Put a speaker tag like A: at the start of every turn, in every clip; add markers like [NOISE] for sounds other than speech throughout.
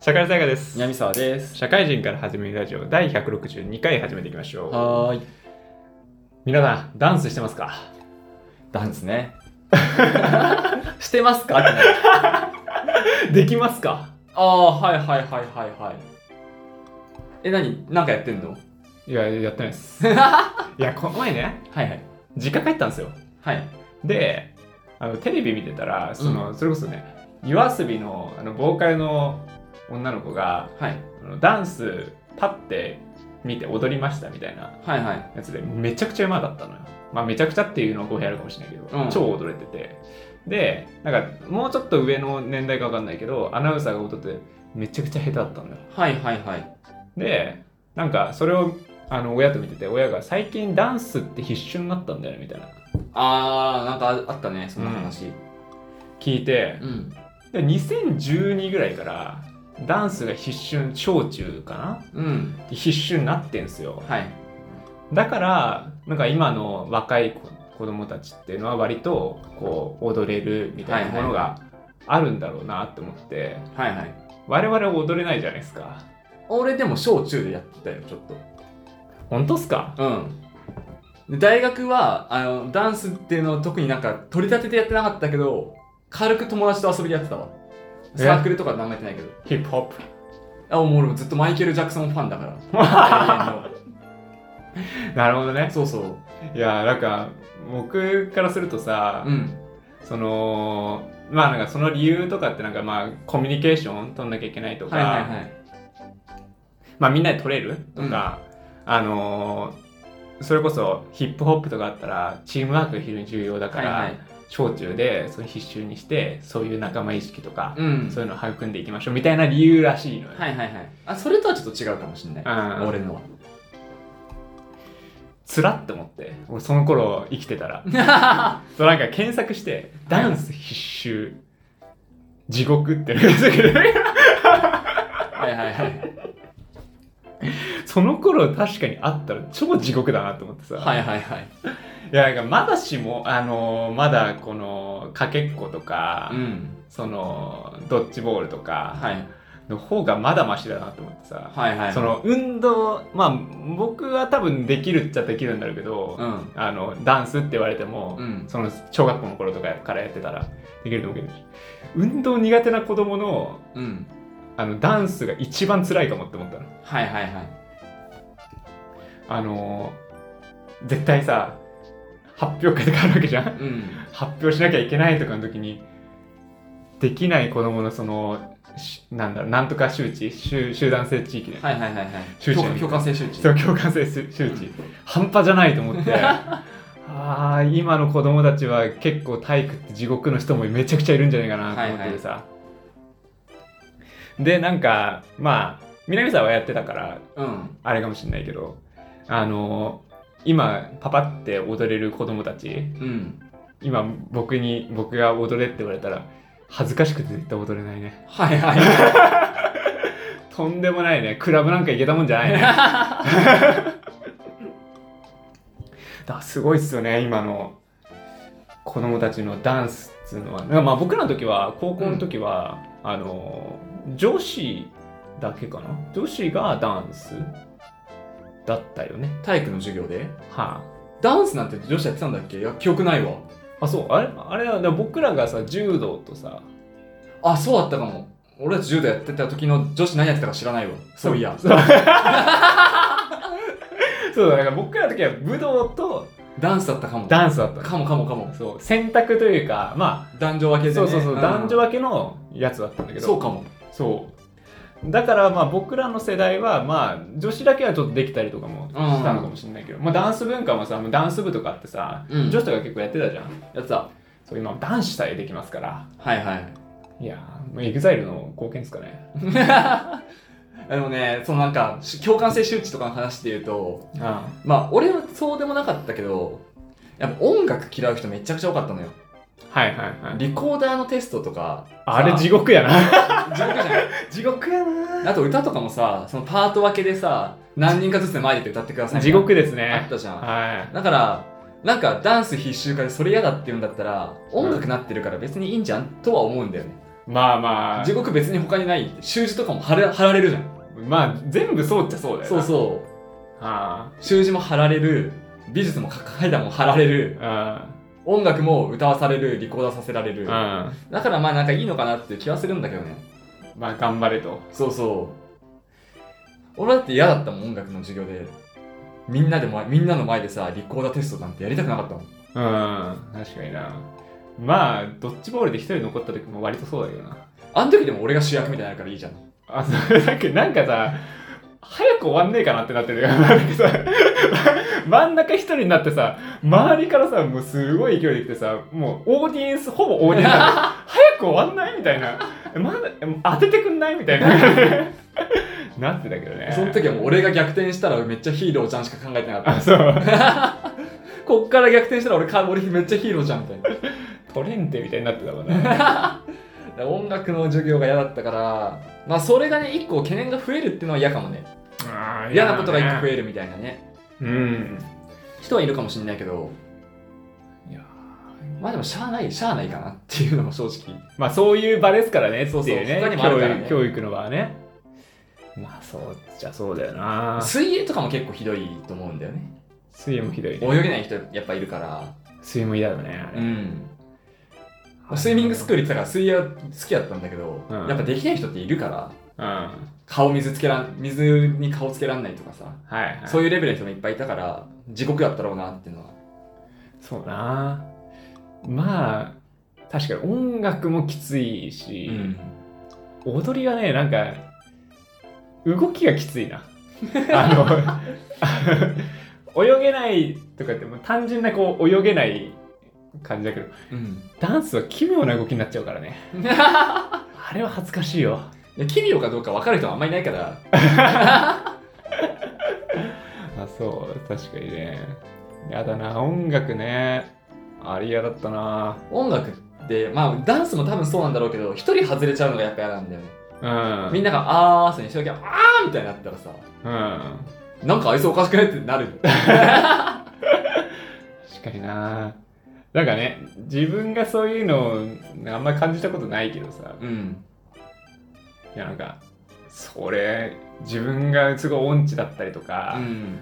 A: 社会大学です
B: 南沢です。
A: 社会人から始めるラジオ第162回始めていきましょう
B: はーい。
A: 皆さんダンスしてます [LAUGHS] か
B: ダンスね。 [LAUGHS] してますかってなる
A: できますか
B: ああ、はいはいはいはいはい。え、何なんかやってんの
A: いやや [LAUGHS] ってないです
B: はい
A: やこの前ね
B: いはい。
A: 実家帰ったんですよ
B: はい。
A: であのテレビ見てたらその、それこそね夜遊びのあのボーカルの女の子が
B: はい。
A: あのダンスパッて見て踊りましたみたいな
B: はいはい。
A: やつでめちゃくちゃうまだったのよまあめちゃくちゃっていうのは語弊あるかもしれないけど、
B: うん
A: 超踊れててでなんかもうちょっと上の年代か分かんないけどアナウンサーが踊ってめちゃくちゃ下手だったのよ
B: はいはいはい。
A: でなんかそれをあの親と見てて親が最近ダンスって必修になったんだよねみたいな
B: ああ、なんかあったね、そんな話。
A: 聞いて
B: うん。
A: で2012ぐらいからダンスが必修小中かな
B: うん。
A: 必修になってんすよ
B: はい。
A: だからなんか今の若い子子供たちっていうのは割とこう踊れるみたいなものがあるんだろうなって思って、
B: はいはい。
A: 我々は踊れないじゃないですか
B: 俺でも小中でやってたよ、ちょっと。
A: 本当っすか
B: うん。で大学は、あの、ダンスっていうのを特になんか取り立ててやってなかったけど、軽く友達と遊びでやってたわ。
A: え
B: サークルとかなんかやってないけど。
A: ヒップホップ
B: あ、もう俺もずっとマイケル・ジャクソンファン
A: [LAUGHS]
B: だから。
A: なるほど
B: 永遠の
A: ね
B: そうそう。
A: いやなんか僕からするとさ、
B: うん。
A: そのまあなんかその理由とかってなんかまあコミュニケーション取んなきゃいけないとか、
B: はいはいはい。
A: まあみんなで取れるとか、あのーそれこそヒップホップとかあったらチームワークが非常に重要だか
B: はい
A: ら、
B: はい。
A: 小中でその必修にしてそういう仲間意識とか、
B: うん。
A: そういうのを育んでいきましょうみたいな理由らしいのよ、
B: はいはいはい。あ、それとはちょっと違うかもしれない。
A: うん
B: 俺の
A: [LAUGHS]
B: は。
A: つらって思って俺その頃生きてたらそうなんか検索して「ダンス必修地獄」ってのが出てく
B: [LAUGHS]
A: る
B: はいはいはい。
A: その頃確かにあったら超地獄だなと思ってさ、
B: はいはいはい。
A: いやなんかまだしも、あのーまだこのかけっことか、
B: うん。
A: そのドッジボールとか
B: はい。
A: の方がまだマシだなと思ってさ、
B: はいはい。
A: そ、の運動まあ僕は多分できるっちゃできるんだろうけど、
B: うん。
A: あのダンスって言われても、
B: うん。
A: その小学校の頃とかからやってたらできると思うけど運動苦手な子供の
B: うん。
A: あのダンスが一番辛いかもって思ったの。
B: はいはいはい。
A: あの絶対さ発表会とかあるわけじゃん
B: うん。
A: 発表しなきゃいけないとかの時にできない子供のそのしなんだろうなんとか周知集集団性地域で、
B: はいはいはいは
A: 周
B: い。
A: 知
B: 許可許可制周知。
A: そう共感性周知、半端じゃないと思ってああ今の子供たちは結構体育って地獄の人もめちゃくちゃいるんじゃないかなと思っててさ、でなんかまあ南さんはやってたから
B: うん。
A: あれかもしれないけどあの今パパって踊れる子供たち
B: うん。
A: 今僕に僕が踊れって言われたら恥ずかしくて絶対踊れないね
B: はいはいはい。 [LAUGHS]
A: とんでもないねクラブなんか行けたもんじゃ [LAUGHS] ないねだからすごいっすよね今の子供たちのダンスっつうのはなんかまあ僕らの時は高校の時は、あの女子だけかな女子がダンスだったよね
B: 体育の授業で
A: は
B: ダンスなんて女子やってたんだっけいや、記憶ないわ。
A: あ、あそうあれあれだから僕らがさ柔道とさ
B: あ、そうだったかも。俺たち柔道やってた時の女子何やってたか知らないわ。そういや。
A: そうだだから僕らの時は武道と
B: ダンスだったかも。
A: ダンスだったの
B: かもかもかも。
A: そう選択というかま
B: 男女分
A: あ、
B: けで、ね。
A: そうそうそう、
B: ん
A: 男女分けのやつだったんだけど
B: そうかも。
A: そうだからまあ僕らの世代はまあ女子だけはちょっとできたりとかもしたのかもしれないけど、まあ、ダンス文化もさもうダンス部とかあってさ、
B: うん
A: 女子とか結構やってたじゃん
B: やってた。
A: そう今男子さえできますから
B: はいはい。
A: いやーもうエグザイルの貢献ですかね
B: でもね、そのなんか、し共感性周知とかの話で言うと、
A: あ
B: まあ、俺はそうでもなかったけど、やっぱ音楽嫌う人めちゃくちゃ多かったのよ。
A: はいはいはい
B: リコーダーのテストとか。
A: あれ地
B: 地
A: 獄や
B: [LAUGHS]
A: な
B: 獄じゃない
A: 地獄やな
B: あと歌とかもさ、そのパート分けでさ、何人かずつ前出て歌ってくださいみた
A: [LAUGHS] 地
B: いな
A: 獄です
B: あっ
A: ね
B: たじゃん。
A: はい
B: だから、なんかダンス必修化でそれ嫌だって言うんだったら、音楽なってるから別にいいんじゃんとは思うんだよね。
A: まあまあ
B: 地獄別に他にない習字とかも貼れ貼られるじゃん
A: まあ全部そうっちゃそうだよ
B: そう
A: う
B: そ
A: あ
B: う習字も貼られる美術も書いたも貼られる
A: あ
B: 音楽も歌わされるリコーダーさせられ
A: う
B: る
A: んうんま
B: だからまあなんかいいのかなっていう気はするんだけどね
A: あ頑張れと
B: そうそう俺だって嫌だったもん音楽の授業でみんなでもみんなの前でさリコーダーテストなんてやりたくなかったもん
A: うん確かになまあドッジボールで一人残った時も割とそうだけどな
B: あの時でも俺が主役みたいになるからいいじゃん
A: あそうなんかなんかさ早く終わんねえかなってなってるよ [LAUGHS] なんかさ真ん中一人になってさ周りからさもうすごい勢いで来てさもうオーディエンスほぼオーディエンスなんだ
B: [LAUGHS]
A: けど早く終わんないみたいなえまだえもう当ててくんないみたいな [LAUGHS] なってたけどね
B: その時はもう俺が逆転したらめっちゃヒーローじゃんしか考えてなかっ
A: あそう
B: たこっから逆転したら俺か俺めっちゃヒーローじゃんみたいな
A: トレンテみたいになってたもんね
B: [LAUGHS] だから音楽の授業が嫌だったからまあそれがね一個懸念が増えるっていうのは嫌かもね嫌なことが一個増
A: え
B: えるみたいなね
A: うん
B: 人はいるかもしれないけど
A: いや
B: まあでもしゃあないしゃあないかなっていうのも正直
A: まあそういう場ですからねっていうね
B: そうそう他にもあるからね
A: 教育教育の場はねまあそうじゃそうだよな
B: 水泳とかも結構ひどいと思うんだよね
A: 水泳もひどいね
B: 泳げない人やっぱいるから
A: 水泳も嫌だよねあれ
B: うんスイミングスクール行ってたから水泳は好きだったんだけど、
A: うん
B: やっぱできない人っているから
A: うんはい
B: 顔水つけらん水に顔つけらんないとかさ
A: はい
B: そういうレベルの人もいっぱいいたから地獄だったろうなっていうのは
A: そうなまあ確かに音楽もきついし、踊りはねなんか動きがきついなあの [LAUGHS] 泳げないとかってもう単純なこう泳げない感じだけど
B: うん、
A: ダンスは奇妙な動きになっちゃうからね
B: [LAUGHS]
A: あれは恥ずかしいよ
B: でキリオかどうか分かる人はあんまりいないから
A: あそう確かにねやだな音楽ねあれ嫌だったな
B: 音楽ってまあダンスも多分そうなんだろうけど一人外れちゃうのがやっぱ嫌なんだよね、
A: うん
B: みんなが「あー」そにしときゃ「あー」みたいになったらさ
A: うん
B: なんかあいつおかしくないってなる
A: 確かにななんかね自分がそういうのをあんまり感じたことないけどさ
B: うん
A: いやなんかそれ自分がすごい音痴だったりと
B: う
A: か、
B: ん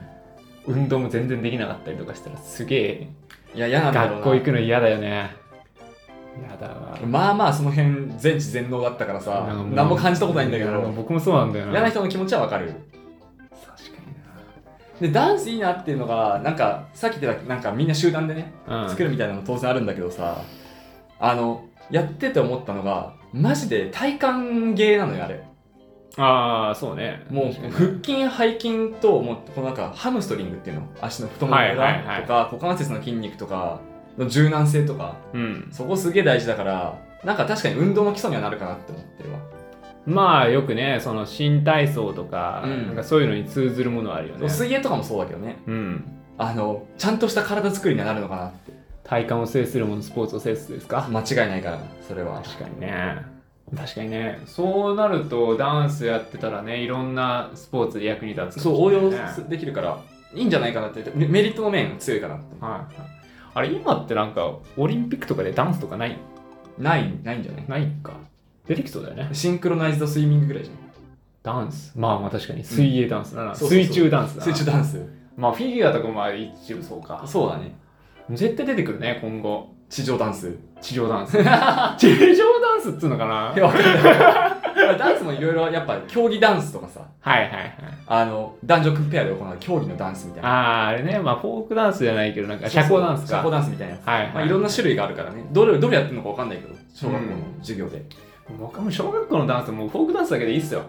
A: 運動も全然できなかったりとかしたらすげえ
B: いや嫌なんだろう
A: 学
B: な
A: 校行くの嫌だよね嫌だわ
B: まあまあその辺全知全能だったからさ
A: なんかう
B: 何も感じたことないんだけ
A: や
B: ど
A: 僕もそうなんだよな
B: 嫌な人の気持ちは分かる
A: 確
B: でダンスいいなっていうのがなんかさっき言ってたなんかみんな集団でね
A: かにな、うん、
B: 作るみたいなのも当然あるんだけどさあのやってて思ったのがマジで体幹芸なのよあれ
A: ああそうね
B: もう
A: 確
B: 腹
A: かに
B: 筋背筋ともうこのなんかハムストリングっていうの足の太もも
A: はいはい
B: 裏
A: はい
B: とか股関節の筋肉とかの柔軟性とか
A: うん
B: そこすげえ大事だからなんか確かに運動の基礎にはなるかなって思ってるわ
A: まあよくねその新体操とか,、
B: うん
A: なんかそういうのに通ずるものはあるよね
B: 水泳とかもそうだけどね
A: うん
B: あのちゃんとした体作りにはなるのか
A: 体幹を制するものスポーツを制すですか
B: な間違いないからそれは
A: 確かにね確かにねそうなるとダンスやってたらねいろんなスポーツで役に立つか
B: そう
A: も
B: 応
A: しれない
B: 用
A: ね
B: できるからいいんじゃないかなってメメリットの面強いかなって
A: はいあれ今ってなんかオリンピックとかでダンスとかない
B: ないないんじゃない
A: ないか出てきそうだよね
B: シンクロナイズドスイミングぐらいじ
A: ダンスまあまあ確かに水泳ダンスだな、
B: んそうそうそう
A: 水中ダンス
B: ゃん
A: だな
B: 水中ダンス
A: まあフィギュアとかも一部そうか
B: そうだね
A: 絶対出てくるね今後
B: 地上ダンスい
A: 地上ダンス地上ダンスっつうのかなはい
B: やわかんない [LAUGHS] ダンスもいろいろやっぱ競技ダンスとかさ
A: はいはい
B: あの男女ペアで行う競技のダンスみたい
A: あ
B: な
A: ああれねまあフォークダンスじゃないけどなんか社交ダンスか
B: 社交ダンスみたいなやつ
A: はい、はい
B: まあ、いろんな種類があるからねどれどれやってるのかわかんないけど小学校
A: う
B: の授業で、
A: 僕はもう小学校のダンスもうフォークダンスだけでいいっすよ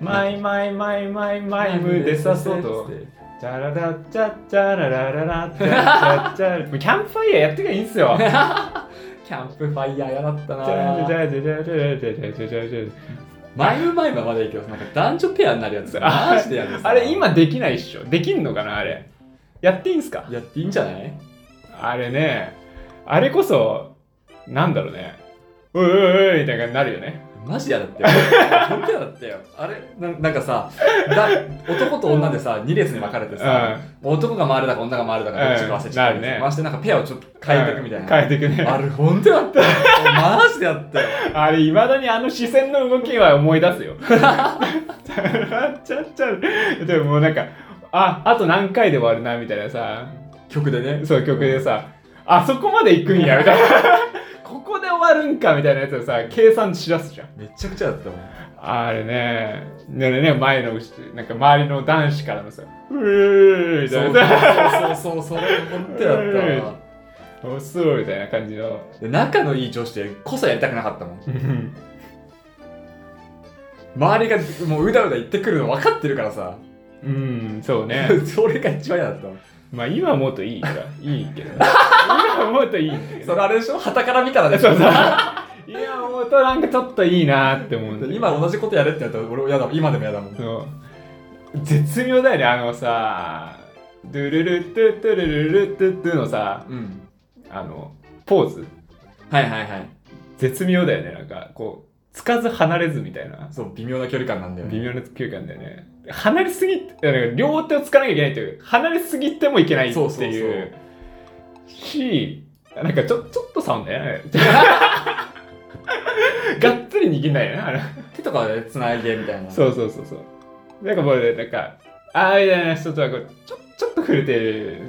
A: マイマイマイマイマイムでさそうとチャララチャチャララララチャチャチャもうキャンプファイヤーやってりゃいいんすよチャ
B: キャンプファイヤーやだったな
A: ラチャチャチャチャチャチャチャチャチャ
B: マイムマイムはまだいいけどなんか男女ペアになるやつ
A: [LAUGHS] あ
B: マジでやるやつ
A: あれ今できないっしょできんのかなあれやっていいんすか
B: やっていいんじゃない
A: あれねあれこそなんだろうねういういみたいな感じになるよね
B: マジで嫌だったよ本当嫌だったよあれななんかさだ男と女でさ2列に分かれてさ、男が回るだか女が回るだかどっちか忘れちゃっ
A: う
B: て、
A: んなるね
B: 回してなんかペアをちょっと変えていくみたいな、
A: 変えていくね
B: あれ本当だったよマジでやったよ
A: あれ、いまだにあの視線の動きは思い出
B: [LAUGHS]
A: すよ。ちゃっちゃでももうなんか、あ、あと何回で終わるな、みたいなさ、
B: 曲でね
A: そう曲でさ、あそこまで行くんや、みたいな。
B: [LAUGHS]
A: ここで終わるんか、みたいなやつをさ、計算しだすじゃん。
B: めちゃくちゃだったもん
A: あれね、ねねね、前のうち、なんか周りの男子からのさ、うーみたいなさ、
B: そうそうそうそうそれ本当やったわ
A: おそうみたいな感じの。
B: で仲のいい女子でこそやりたくなかったもん周りがもううだうだ言ってくるの分かってるからさ、
A: うん、そうね。
B: [LAUGHS] それが一番嫌だったもん
A: まあ今思うといいから、いいけど、
B: [LAUGHS]
A: ね、今思うといいんだけど。
B: それあれでしょ旗から見たらでし
A: そ
B: ょ
A: うそう。いや、もうとなんかちょっといいなって思うんだよ。
B: 今同じことやれってやったら俺嫌だもん今でも嫌だもん
A: そう絶妙だよね、あのさ、ドゥルルットゥトゥルルルットゥトゥのさ、
B: うん
A: あの、ポーズ。
B: はいはいはい
A: 絶妙だよね、なんか、こう、つかず離れずみたいな。
B: そう微妙な距離感なんだよ
A: 微
B: ね
A: 妙な距離感だよね。離れすぎて、なんか両手をつかなきゃいけないという、離れすぎてもいけないっていう。
B: そうそうそう
A: し、なんかちょちょっと差も
B: [LAUGHS]
A: ね。がっつり握んないよね、あれ。
B: 手とかでつないでみたいな
A: そうそうそうそう。なんかもうね、なんか、ああみたいな人とはこうちょちょっと触れてる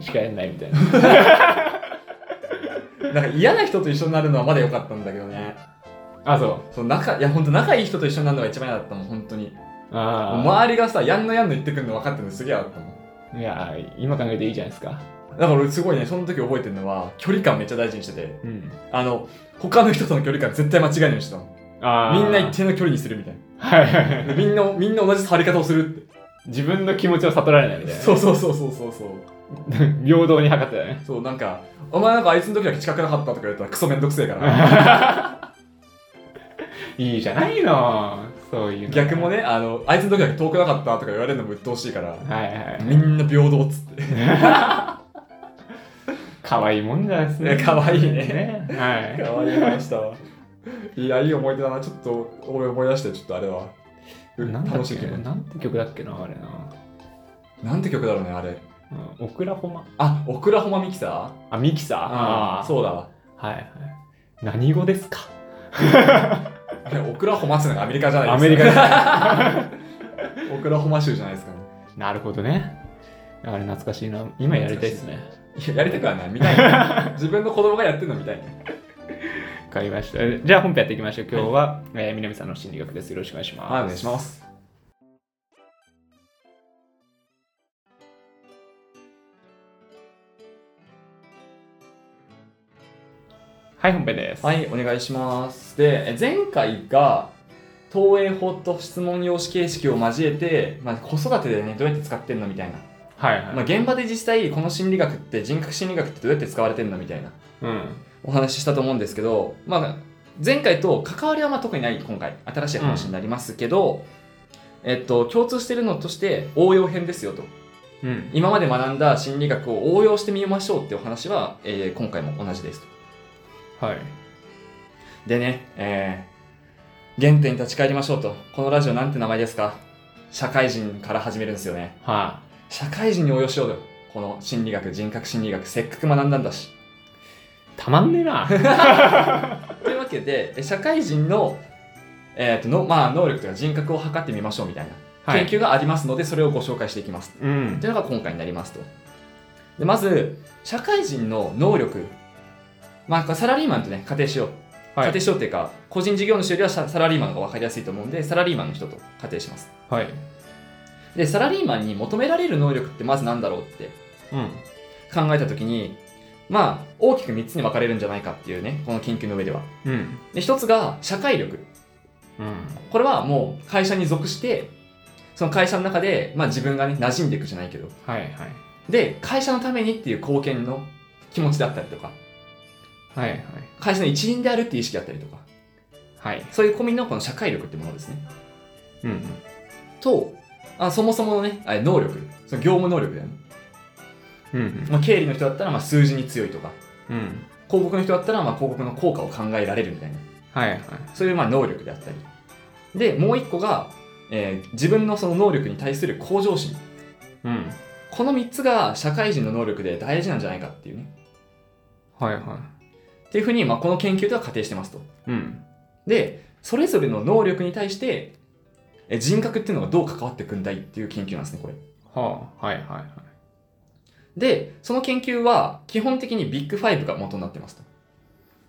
A: ししかやんないみたいな。
B: [LAUGHS] なんか嫌な人と一緒になるのはまだ良かったんだけどね
A: あ、そう。
B: そう仲いや本当仲いい人と一緒になるのが一番嫌だったもん本当に
A: あ
B: 周りがさやんのやんの言ってくるの分かってるのすげえ嫌だったもん
A: あ。いや、今考えていいじゃないですか。
B: だから俺すごいねその時覚えてるのは距離感めっちゃ大事にしてて
A: うん。
B: あの他の人との距離感絶対間違いないようにしてたもん
A: ああ。
B: みんな一。定の距離にするみたい
A: はいはいはい。
B: なでみんなみんな同じ触り方をするっ
A: 自分の気持ちを悟られないみ
B: て
A: たいな。
B: そうそうそうそうそうそう
A: 平等に測ってたね。
B: そうなんかお前なんかあいつの時だけ近くなかったとか言ったらクソめんどくせえから
A: いいじゃないの。そういうの。
B: 逆も。ねあのあいつの時だけ遠くなかったとか言われるのも鬱陶しいから
A: はいはい。
B: みんな平等っつって
A: 可愛いもんじゃないですね。
B: ね可愛いね [LAUGHS]
A: はい。
B: 可愛い話したわいやいい思い出だなちょっと俺思い出してちょっとあれは
A: なんだ
B: 楽
A: っ
B: しい
A: け
B: 気分
A: なんて曲だっけな、あれな。
B: なんて曲だろうねあれ
A: うん、オクラホマ。
B: あオクラホマミキサー
A: あ、ミキサー
B: ああそうだわ
A: はいはい。何語ですか
B: あれオクラホマってのがアメリカじゃないですか
A: アメリカじ
B: [LAUGHS] オクラホマ州じゃないですか、
A: なるほどね。あれ懐かしいな。今やりたいですね。
B: いややりたくはない見たい [LAUGHS] な自分の子供がやってるの見たいな
A: わかりました。じゃあ本編やっていきましょう。今日は、えー南さんの心理学です。よろしくお願いします。
B: はいお願いします。
A: はい、本編です。
B: はい、お願いします。で、え前回が、投影法と質問様式形式を交えて、まあ、子育てでね、どうやって使ってんのみたいな。
A: はい、はい
B: まあ、現場で実際、この心理学って、人格心理学ってどうやって使われてんのみたいな
A: うん。
B: お話ししたと思うんですけど、まあ、前回と関わりはまあ特にない、今回、新しい話になりますけど、えっと、共通してるのとして、応用編ですよと。
A: うん。
B: 今まで学んだ心理学を応用してみましょうってお話は、えー今回も同じですと。
A: はい。
B: でね、えー原点に立ち返りましょうと。このラジオなんて名前ですか社会人から始めるんですよね。
A: は
B: 社会人に応用しようよ。この心理学、人格心理学、せっかく学んだんだし。
A: い。たまん [LAUGHS] ねえな。
B: というわけで、え社会人の、えーとのまあ、能力とか人格を測ってみましょうみたいな、
A: はい
B: 研究がありますので、それをご紹介していきます。
A: うん
B: と。いうのが今回になりますと。でまず、社会人の能力。まあ、サラリーマンとね、仮定しよう。
A: は
B: 仮定
A: い。
B: しようっていうか、個人事業主よりはササラリーマンの方が分かりやすいと思うんで、サラリーマンの人と仮定します。
A: はい。
B: で、サラリーマンに求められる能力ってまず何だろうって
A: うん。
B: 考えたときに、まあ、大きく3つに分かれるんじゃないかっていうね、この研究の上では。
A: うん。
B: で、1つが社会力。
A: うん。
B: これはもう会社に属して、その会社の中で、まあ自分がね、馴染んでいくじゃないけど。
A: はいはい。
B: で、会社のためにっていう貢献の気持ちだったりとか、
A: はいはい。
B: 会社の一員であるっていう意識だったりとか、
A: はい。
B: そういう込みのこの社会力ってものですね。
A: うん。
B: とあそもそものねあ能力その業務能力だよね、
A: うん。
B: まあ、経理の人だったらまあ数字に強いとか
A: うん。
B: 広告の人だったらまあ広告の効果を考えられるみたいな
A: はいはい
B: そういうまあ能力であったりでもう一個が、えー自分のその能力に対する向上心
A: うん
B: この3つが社会人の能力で大事なんじゃないかっていうね
A: はいは
B: っていうふうに、まあ、この研究では仮定してますと
A: いうん
B: でそれぞれの能力に対してえー人格っていうのがどう関わってくんだいっていう研究なんですねこれ
A: はあはいはいはい
B: でその研究は基本的にビッグファイブが元になってますと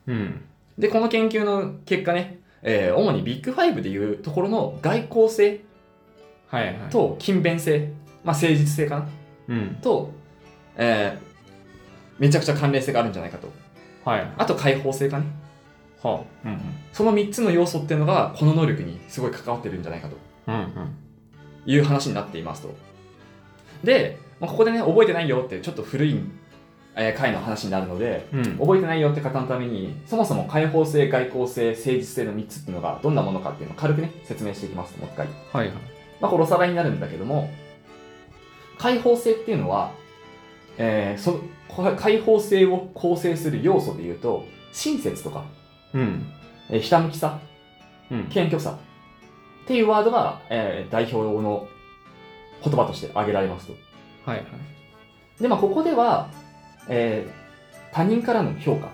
A: うん
B: でこの研究の結果ね、えー主にビッグファイブでいうところの外交性
A: はいはい
B: と勤勉性、まあ、誠実性かな
A: うん
B: と、えーめちゃくちゃ関連性があるんじゃないかと
A: はいはい
B: あと開放性かね
A: はあうん
B: その3つの要素っていうのがこの能力にすごい関わってるんじゃないかと
A: うんうん
B: いう話になっていますとで、まあここでね覚えてないよってちょっと古い、えー回の話になるので
A: うんうん
B: 覚えてないよって方のためにそもそも開放性外交性誠実性の3つっていうのがどんなものかっていうのを軽くね説明していきますもう一回
A: はいはい
B: まあ、これおさらいになるんだけども開放性っていうのは、えーそこ開放性を構成する要素でいうと親切とか、
A: うん
B: えーひたむきさ
A: うん
B: 謙虚さっていうワードが、えー代表の言葉として挙げられますと
A: はいはい
B: でまあここでは、えー他人からの評価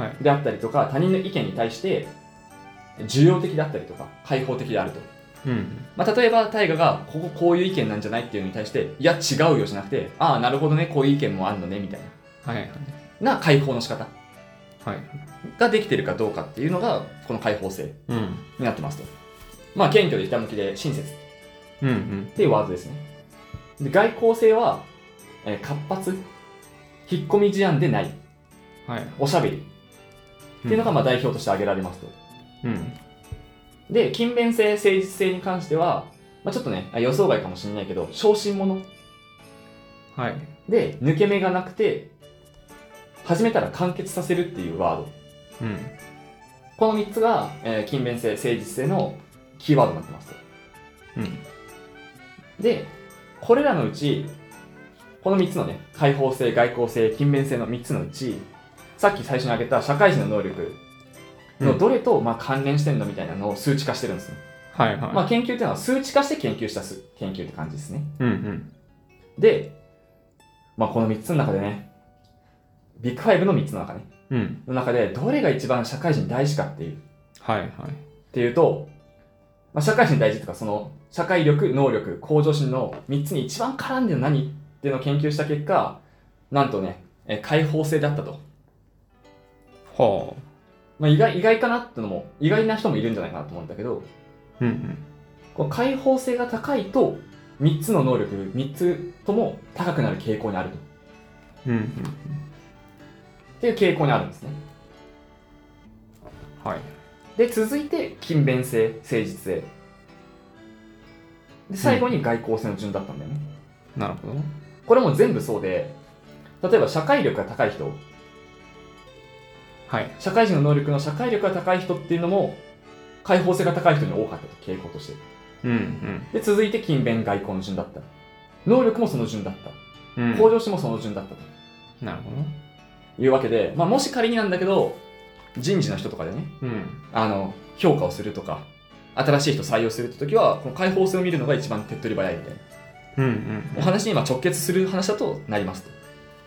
A: はい
B: であったりとか他人の意見に対して重要的だったりとか開放的であると
A: うん
B: まあ、例えば大河がこここういう意見なんじゃないっていうのに対していや違うよじゃなくてああなるほどねこういう意見もあるのねみたい
A: はいはい
B: なな解放の仕方
A: はい
B: ができてるかどうかっていうのがこの解放性
A: うん
B: になってますとまあ謙虚でひたむきで親切っ
A: うんうん
B: ていうワードですねで外交性は、えー活発引っ込み思案でない
A: はいはい
B: おしゃべりっていうのがまあ代表として挙げられますと
A: うん
B: で勤勉性誠実性に関しては、まあ、ちょっとね予想外かもしれないけど小心者
A: はい
B: で抜け目がなくて始めたら完結させるっていうワード
A: うん
B: この3つが、えー勤勉性誠実性のキーワードになってますと
A: うん
B: でこれらのうちこの3つのね開放性外交性勤勉性の3つのうちさっき最初に挙げた社会人の能力のどれと、まあ、関連してんのみたいなのを数値化してるんですね、
A: はいはい
B: まあ、研究っていうのは数値化して研究したす研究って感じですね
A: うんうん
B: で、まあ、この3つの中でねビッグファイブの3つの中ね
A: うん
B: の中でどれが一番社会人大事かっていうっ
A: はいはい
B: ていうと、まあ、社会人大事とかその社会力能力向上心の3つに一番絡んでるの何っていうのを研究した結果なんとねえー開放性だったと、
A: は
B: まあ、意外意外かなってのも意外な人もいるんじゃないかなと思うんだけど
A: あうんうん
B: この開放性が高いと3つの能力3つとも高くなる傾向にあると
A: うんうん
B: っていう傾向にあるんですね
A: はい
B: で続いて勤勉性誠実性で最後に外交性の順だったんだよね、
A: なるほど
B: これも全部そうで、例えば社会力が高い人、
A: はい
B: 社会人の能力の社会力が高い人っていうのも、開放性が高い人に多かったと、傾向として。
A: うん
B: で、続いて勤勉外交の順だった。能力もその順だった。
A: うんうん
B: 向上心もその順だったと
A: なるほ
B: いうわけで、まあ、もし仮になんだけど、人事の人とかでね、
A: どうん
B: あの、評価をするとか、新しい人採用するって時は、この開放性を見るのが一番手っ取り早いみたいな。
A: うん
B: お話に今直結する話だとなりますと。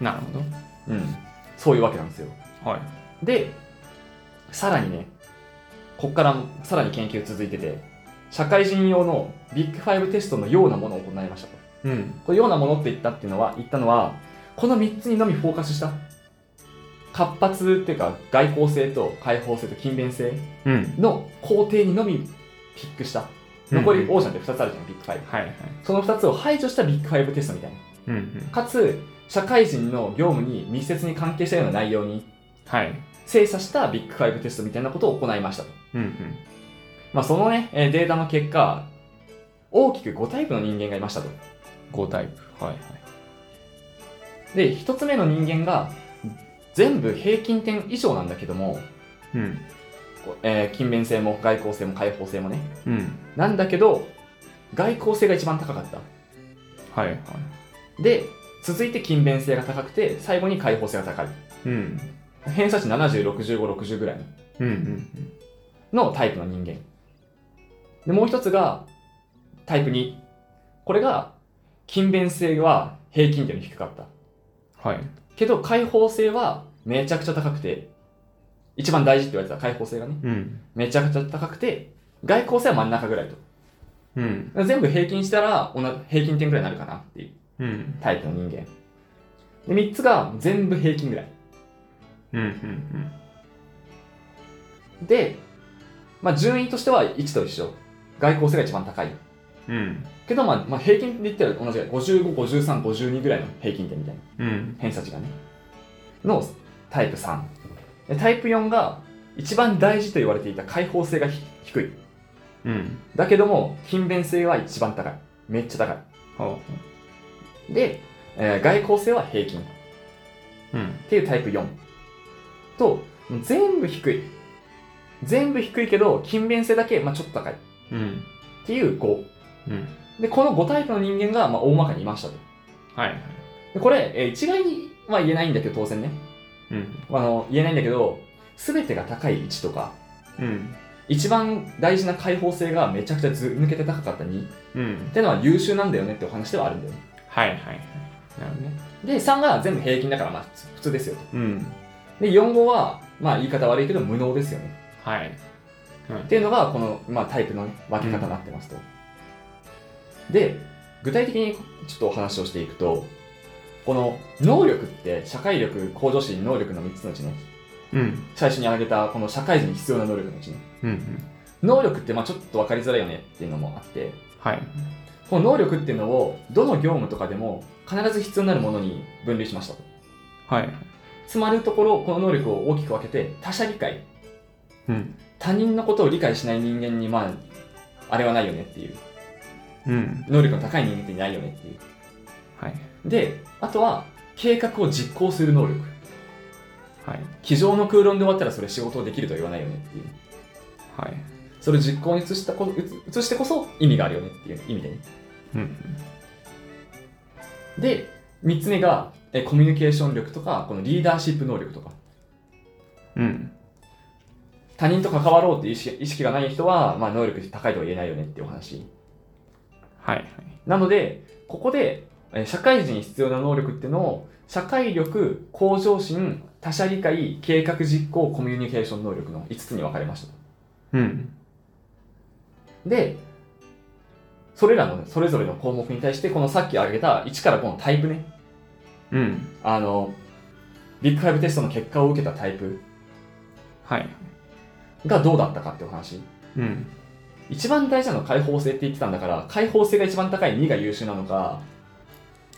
A: うんなるほど
B: うん。そういうわけなんですよ。
A: はい
B: で、さらにね、こっからさらに研究続いてて、社会人用のビッグファイブテストのようなものを行いましたと。
A: うん
B: これようなものって言ったっていうのは、言ったのは、この3つにのみフォーカスした。活発っていうか、外交性と開放性と勤勉性
A: うん
B: の工程にのみピックした。残りオーシャンって2つあるじゃん、ビッグファイブ。
A: はいはい
B: その2つを排除したビッグファイブテストみたいな。
A: うんうん
B: かつ、社会人の業務に密接に関係したような内容に
A: はい
B: 精査したビッグファイブテストみたいなことを行いましたと。
A: うんうん
B: まあ、そのね、えーデータの結果、大きく5タイプの人間がいましたと。
A: 5タイプはいはい
B: で、1つ目の人間が、全部平均点以上なんだけども、
A: うん
B: こうえー勤勉性も外交性も開放性もね。
A: うん
B: なんだけど、外交性が一番高かった。
A: はいはい
B: で、続いて勤勉性が高くて、最後に開放性が高い。
A: うん
B: 偏差値70、65、60ぐらいの
A: うんうん
B: のタイプの人間。で、もう一つが、タイプ2。これが、勤勉性は平均点の低かった。
A: はい
B: けど、開放性はめちゃくちゃ高くて、一番大事って言われてた開放性がね、
A: うん
B: めちゃくちゃ高くて、外交性は真ん中ぐらいと。だか
A: うん
B: ら全部平均したら、同じ平均点ぐらいになるかなっていう
A: うん
B: タイプの人間。で、3つが全部平均ぐらい。
A: うんうん
B: で、まあ、順位としては1と一緒。外交性が一番高い。
A: うん
B: けど、まあ、まあ、平均って言ったら同じぐらい。55、53、52ぐらいの平均点みたいな。
A: うん
B: 偏差値がね。のタイプ3。でタイプ4が、一番大事と言われていた開放性がひ低い。
A: うん
B: だけども、勤勉性は一番高い。めっちゃ高
A: ほ
B: い。で、えー外交性は平均。っ
A: ううん
B: ていうタイプ4。と、全部低い。全部低いけど、勤勉性だけ、まあ、ちょっと高い。っ
A: うん
B: ていう5。
A: うん
B: で、この5タイプの人間が、まあ、大まかにいましたと。
A: はいはい
B: でこれ、えー一概には言えないんだけど、当然ね。
A: うん
B: あの、言えないんだけど、すべてが高い1とか、
A: うん
B: 一番大事な開放性がめちゃくちゃず抜けて高かった2っ
A: うん
B: てのは優秀なんだよねってお話ではあるんだよね。
A: はいはいはいなるほどね
B: で、3が全部平均だから、まあ、普通普通ですよと。
A: うん
B: で、4、5は、まあ、言い方悪いけど、無能ですよね。
A: はい
B: っていうのが、この、まあ、タイプのね、分け方になってますと。で、具体的にちょっとお話をしていくと、この能力って、社会力、向上心、能力の3つのうちね、
A: うん
B: 最初に挙げたこの社会人に必要な能力のうちね
A: うんうん
B: 能力ってまあちょっと分かりづらいよねっていうのもあって
A: はい
B: この能力っていうのをどの業務とかでも必ず必要になるものに分類しましたと
A: はい
B: つまるところこの能力を大きく分けて他者理解
A: うん
B: 他人のことを理解しない人間にまああれはないよねっていう
A: うん
B: 能力の高い人間っていないよねってい
A: はいう
B: であとは計画を実行する能力
A: はい
B: 机上の空論で終わったらそれ仕事をできるとは言わないよねっていう
A: はい
B: それを実行に移したこ移移してこそ意味があるよねっていう意味でね
A: うん
B: で、3つ目が、えコミュニケーション力とか、このリーダーシップ能力とか。
A: うん
B: 他人と関わろうっていう意識意識がない人は、まあ、能力高いとは言えないよねっていうお話。
A: はいはい
B: なので、ここで、え社会人に必要な能力っていうのを、社会力、向上心、他者理解、計画実行、コミュニケーション能力の5つに分かれました。
A: うん
B: で、それらの、それぞれの項目に対して、このさっき挙げた1から5のタイプね。
A: うん
B: あの、ビッグファイブテストの結果を受けたタイプ
A: はい
B: がどうだったかっていうお話。
A: うん
B: 一番大事なのは開放性って言ってたんだから開放性が一番高い2が優秀なのか、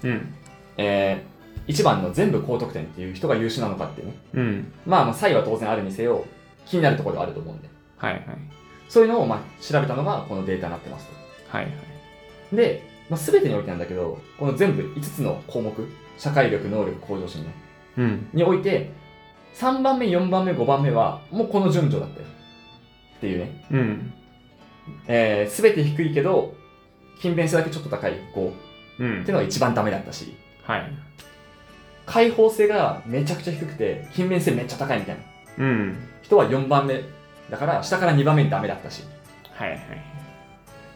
A: うん
B: えー、1番の全部高得点っていう人が優秀なのかってね
A: うん
B: まあまあ差異は当然あるにせよ気になるところではあると思うんで
A: はいはい
B: そういうのをまあ調べたのがこのデータになってますと
A: はいはい
B: で、まあ、全てにおいてなんだけどこの全部5つの項目社会力能力向上心ね
A: うん
B: において3番目4番目5番目はもうこの順序だったよっていうね、
A: うん
B: えー、全て低いけど勤勉性だけちょっと高い5っ
A: うん
B: ていうのが一番ダメだったし
A: はい
B: 開放性がめちゃくちゃ低くて勤勉性めっちゃ高いみたいな
A: うん
B: 人は4番目だから下から2番目にダメだったし
A: はいはい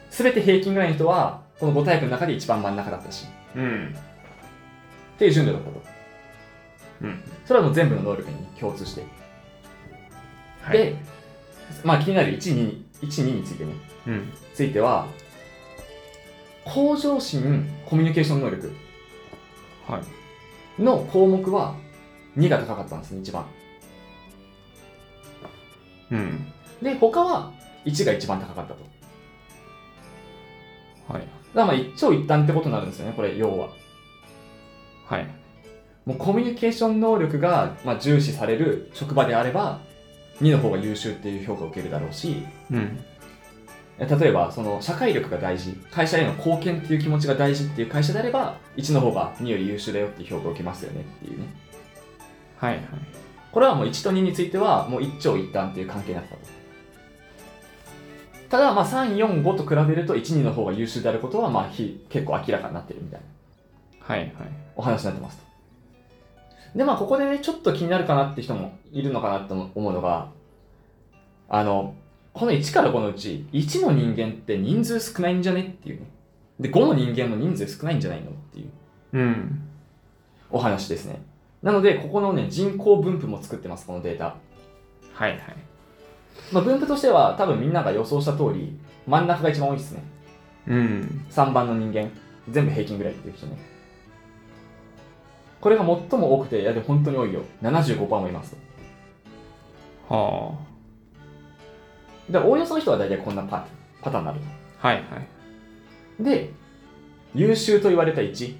B: 全て平均ぐらいの人はこの5タイプの中で一番真ん中だったしっ
A: うん
B: ていう順序だったと
A: うん
B: それはもう全部の能力に共通して、
A: はい
B: でまあ気になる12 12についてね
A: うん
B: ついては向上心コミュニケーション能力
A: はい
B: の項目は2が高かったんですね一番
A: うん
B: で他は1が一番高かったと
A: はい
B: だからまあ一長一短ってことになるんですよねこれ要は
A: はい
B: もうコミュニケーション能力が、まあ、重視される職場であれば2の方が優秀っていう評価を受けるだろうし
A: うん
B: え例えばその社会力が大事会社への貢献っていう気持ちが大事っていう会社であれば1の方が2より優秀だよっていう評価を受けますよねっていうね
A: はいはい
B: これはもう1と2についてはもう一長一短っていう関係になってたとただまあ345と比べると12の方が優秀であることはまあひ結構明らかになってるみたいな
A: はいはい
B: お話になってますと。で、まあ、ここでね、ちょっと気になるかなって人もいるのかなと思うのが、あの、この1から5のうち、1の人間って人数少ないんじゃねっていうね。で、5の人間の人数少ないんじゃないのっていう
A: うん。
B: お話ですね。なので、ここのね、人口分布も作ってます、このデータ。
A: はいはい。
B: まあ、分布としては、多分みんなが予想した通り、真ん中が一番多いですね。
A: うん。
B: 3番の人間。全部平均ぐらいっていう人ね。これが最も多くて、いやでも本当に多いよ。75%もいます。
A: は
B: で、おおよその人は大体こんなパパターンになる。
A: あ。はいはい。
B: で、優秀と言われた1。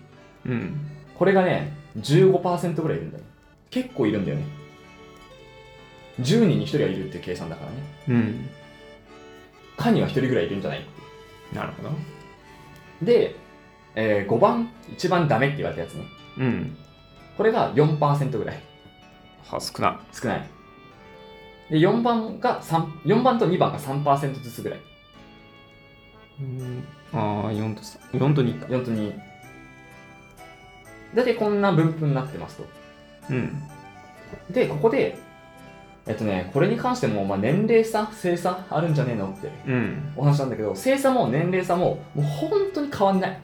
A: うん。
B: これがね、15%ぐらいいるんだよ。結構いるんだよね。10人に1人はいるっていう計算だからね。
A: うん。
B: カニは1人ぐらいいるんじゃない
A: なるほど。
B: で、え5番、一番ダメって言われたやつね。
A: うん。
B: これが4%ぐらい。
A: はあ、少な。
B: 少ない。で、4番が三4番と2番が3%ずつぐらい。
A: うん。ああ、4と3。4と2か。
B: 4と2。だいたいこんな分布になってますと。
A: うん。
B: で、ここで、えっとね、これに関しても、まあ、年齢差、性差あるんじゃねえのって
A: うん。
B: お話なんだけど、性差も年齢差も、もう本当に変わんない。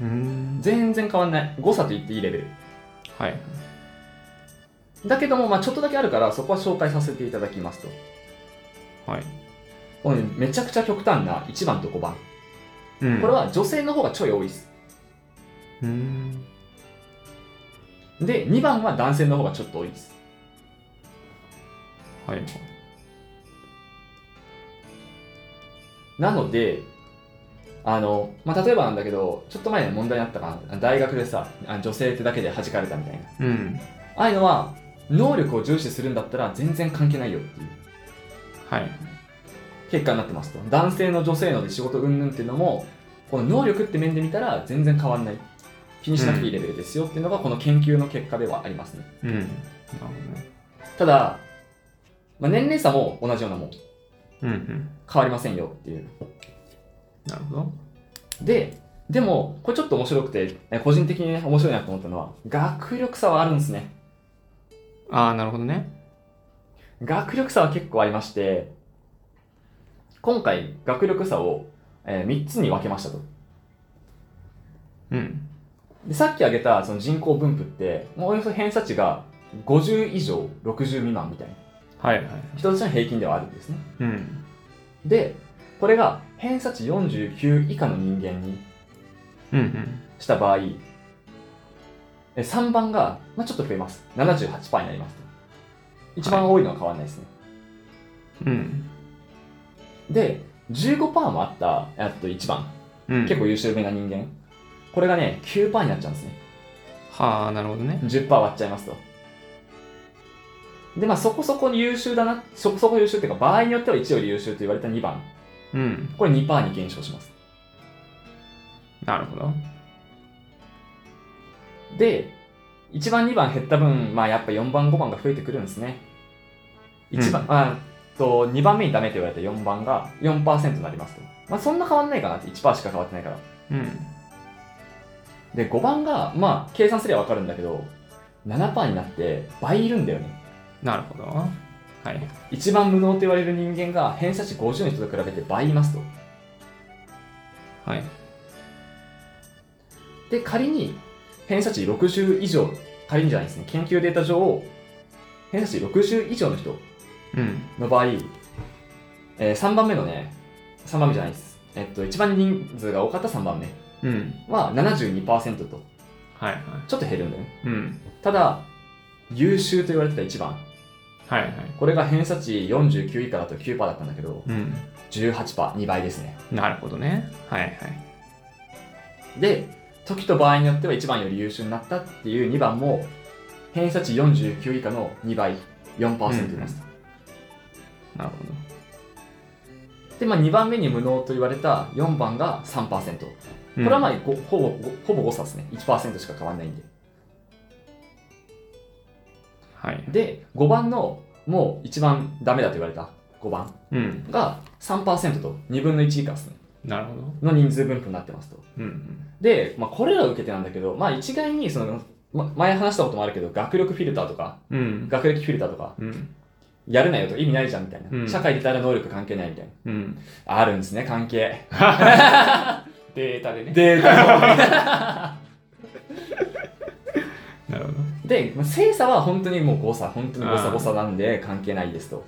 A: うん。
B: 全然変わんない。誤差と言っていいレベル。
A: はい。
B: だけども、まあ、ちょっとだけあるから、そこは紹介させていただきますと。
A: はい。
B: このねめちゃくちゃ極端な1番と5番。
A: うん
B: これ、は女性の方がちょい多いです。
A: うん。
B: で、2番は男性の方がちょっと多いです。
A: はい。
B: なので、あの、まあ、例えばなんだけど、ちょっと前に問題になったかな。大学でさ、あ女性ってだけで弾かれたみたいな。
A: うん。
B: ああいうのは、能力を重視するんだったら全然関係ないよっていう
A: はい。
B: 結果になってますと。男性の女性ので仕事云々っていうのも、この能力って面で見たら全然変わんない。気にしなくていいレベルですよっていうのが、この研究の結果ではありますね。
A: うん。なるほどね。
B: ただ、まあ、年齢差も同じようなもん。
A: うんうん。
B: 変わりませんよっていう。
A: なるほど。
B: で、でも、これちょっと面白くて、え個人的にね、面白いなと思ったのは、学力差はあるんですね。
A: ああ、なるほどね。
B: 学力差は結構ありまして、今回、学力差を、え3つに分けましたと。
A: うん。
B: でさっき挙げたその人口分布って、もうおよそ偏差値が50以上、60未満みたいな、
A: はいはい。
B: 人たちの平均ではあるんですね。
A: うん。
B: で、これが偏差値49以下の人間に
A: うんうん。
B: した場合、3番が、まあ、ちょっと増えます。78%になりますと。一番多いのは変わらないですね。
A: うん。
B: で、15%もあった、えっと1番、
A: うん、
B: 結構優秀めな人間、これがね、9%になっちゃうんですね。
A: はあなるほどね
B: 10%割っちゃいますと。で、まあそこそこに優秀だな、そこそこ優秀っていうか、場合によっては1より優秀と言われた2番、
A: うん
B: これ2%に減少します。
A: なるほど
B: で、1番、2番減った分、まあやっぱ4番、5番が増えてくるんですね。1番、あと2番目にダメと言われた4番が4%になりますと。まあそんな変わんないかなって、1%しか変わってないから。
A: うん
B: で、5番が、まあ計算すればわかるんだけど、7%になって倍いるんだよね。
A: なるほどはい
B: 一番無能と言われる人間が偏差値50の人と比べて倍いますと。
A: はい
B: で、仮に偏差値60以上、仮にじゃないですね、研究データ上、偏差値60以上の人
A: うん
B: の場合、え3番目のね、3番目じゃないです。えっと、一番人数が多かった3番目
A: うん
B: は72%と、
A: はいはい
B: ちょっと減るんだよね。
A: うん
B: ただ、優秀と言われてた1番、
A: はいはい
B: これが偏差値49以下だと9%だったんだけど、
A: うん
B: 18%、2倍ですね。
A: なるほどねはいはい
B: で時と場合によっては1番より優秀になったっていう2番も偏差値49以下の2倍4%います、
A: なるほど
B: で、まあ、2番目に無能と言われた4番が3%こ
A: う
B: れ
A: ん
B: はまあ、ごほぼごほぼ誤差ですね1%しか変わらないんで
A: はい
B: で5番のもう一番ダメだと言われた5番
A: うん
B: が3%と2分の1以下ですね
A: なるほど
B: の人数分布になってますと
A: うん
B: で、まあ、これらを受けてなんだけど、まあ、一概にその、ま前話したこともあるけど学力フィルターとか
A: うん
B: 学歴フィルターとか
A: うん
B: やるなよと意味ないじゃんみたいな、
A: うん
B: 社会でたら能力関係ないみたいな
A: うん。
B: あるんですね関係
A: データでね。
B: データの
A: なるほど。
B: でまあ性差は本当にもう誤差本当に誤差誤差なんで関係ないですと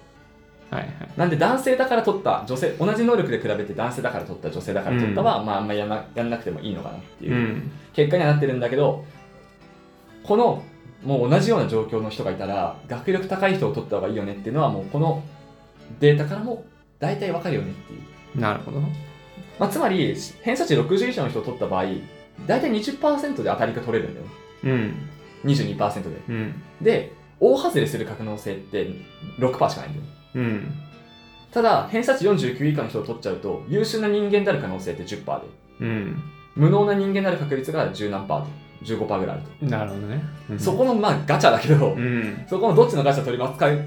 A: はいはい。
B: なんで男性だから取った女性同じ能力で比べて男性だから取った女性だから取ったは、まああんまやんなやんなくてもいいのかなっていう、
A: うん。
B: 結果にはなってるんだけどこのもう同じような状況の人がいたら学力高い人を取った方がいいよねっていうのはもうこのデータからも大体わかるよねっていう、
A: なるほど。
B: まあ、つまり偏差値60以上の人を取った場合大体20%で当たりが取れるんだよね
A: うん。
B: 22%で
A: うん。
B: で大外れする可能性って6%しかないんだよ
A: うん。
B: ただ偏差値49以下の人を取っちゃうと優秀な人間である可能性って10%で
A: うん。
B: 無能な人間である確率が10何パーと15%ぐらいあると、
A: なるほどね。うん
B: そこのまあガチャだけど、 [LAUGHS]
A: うん。
B: そこのどっちのガチャ取りますか引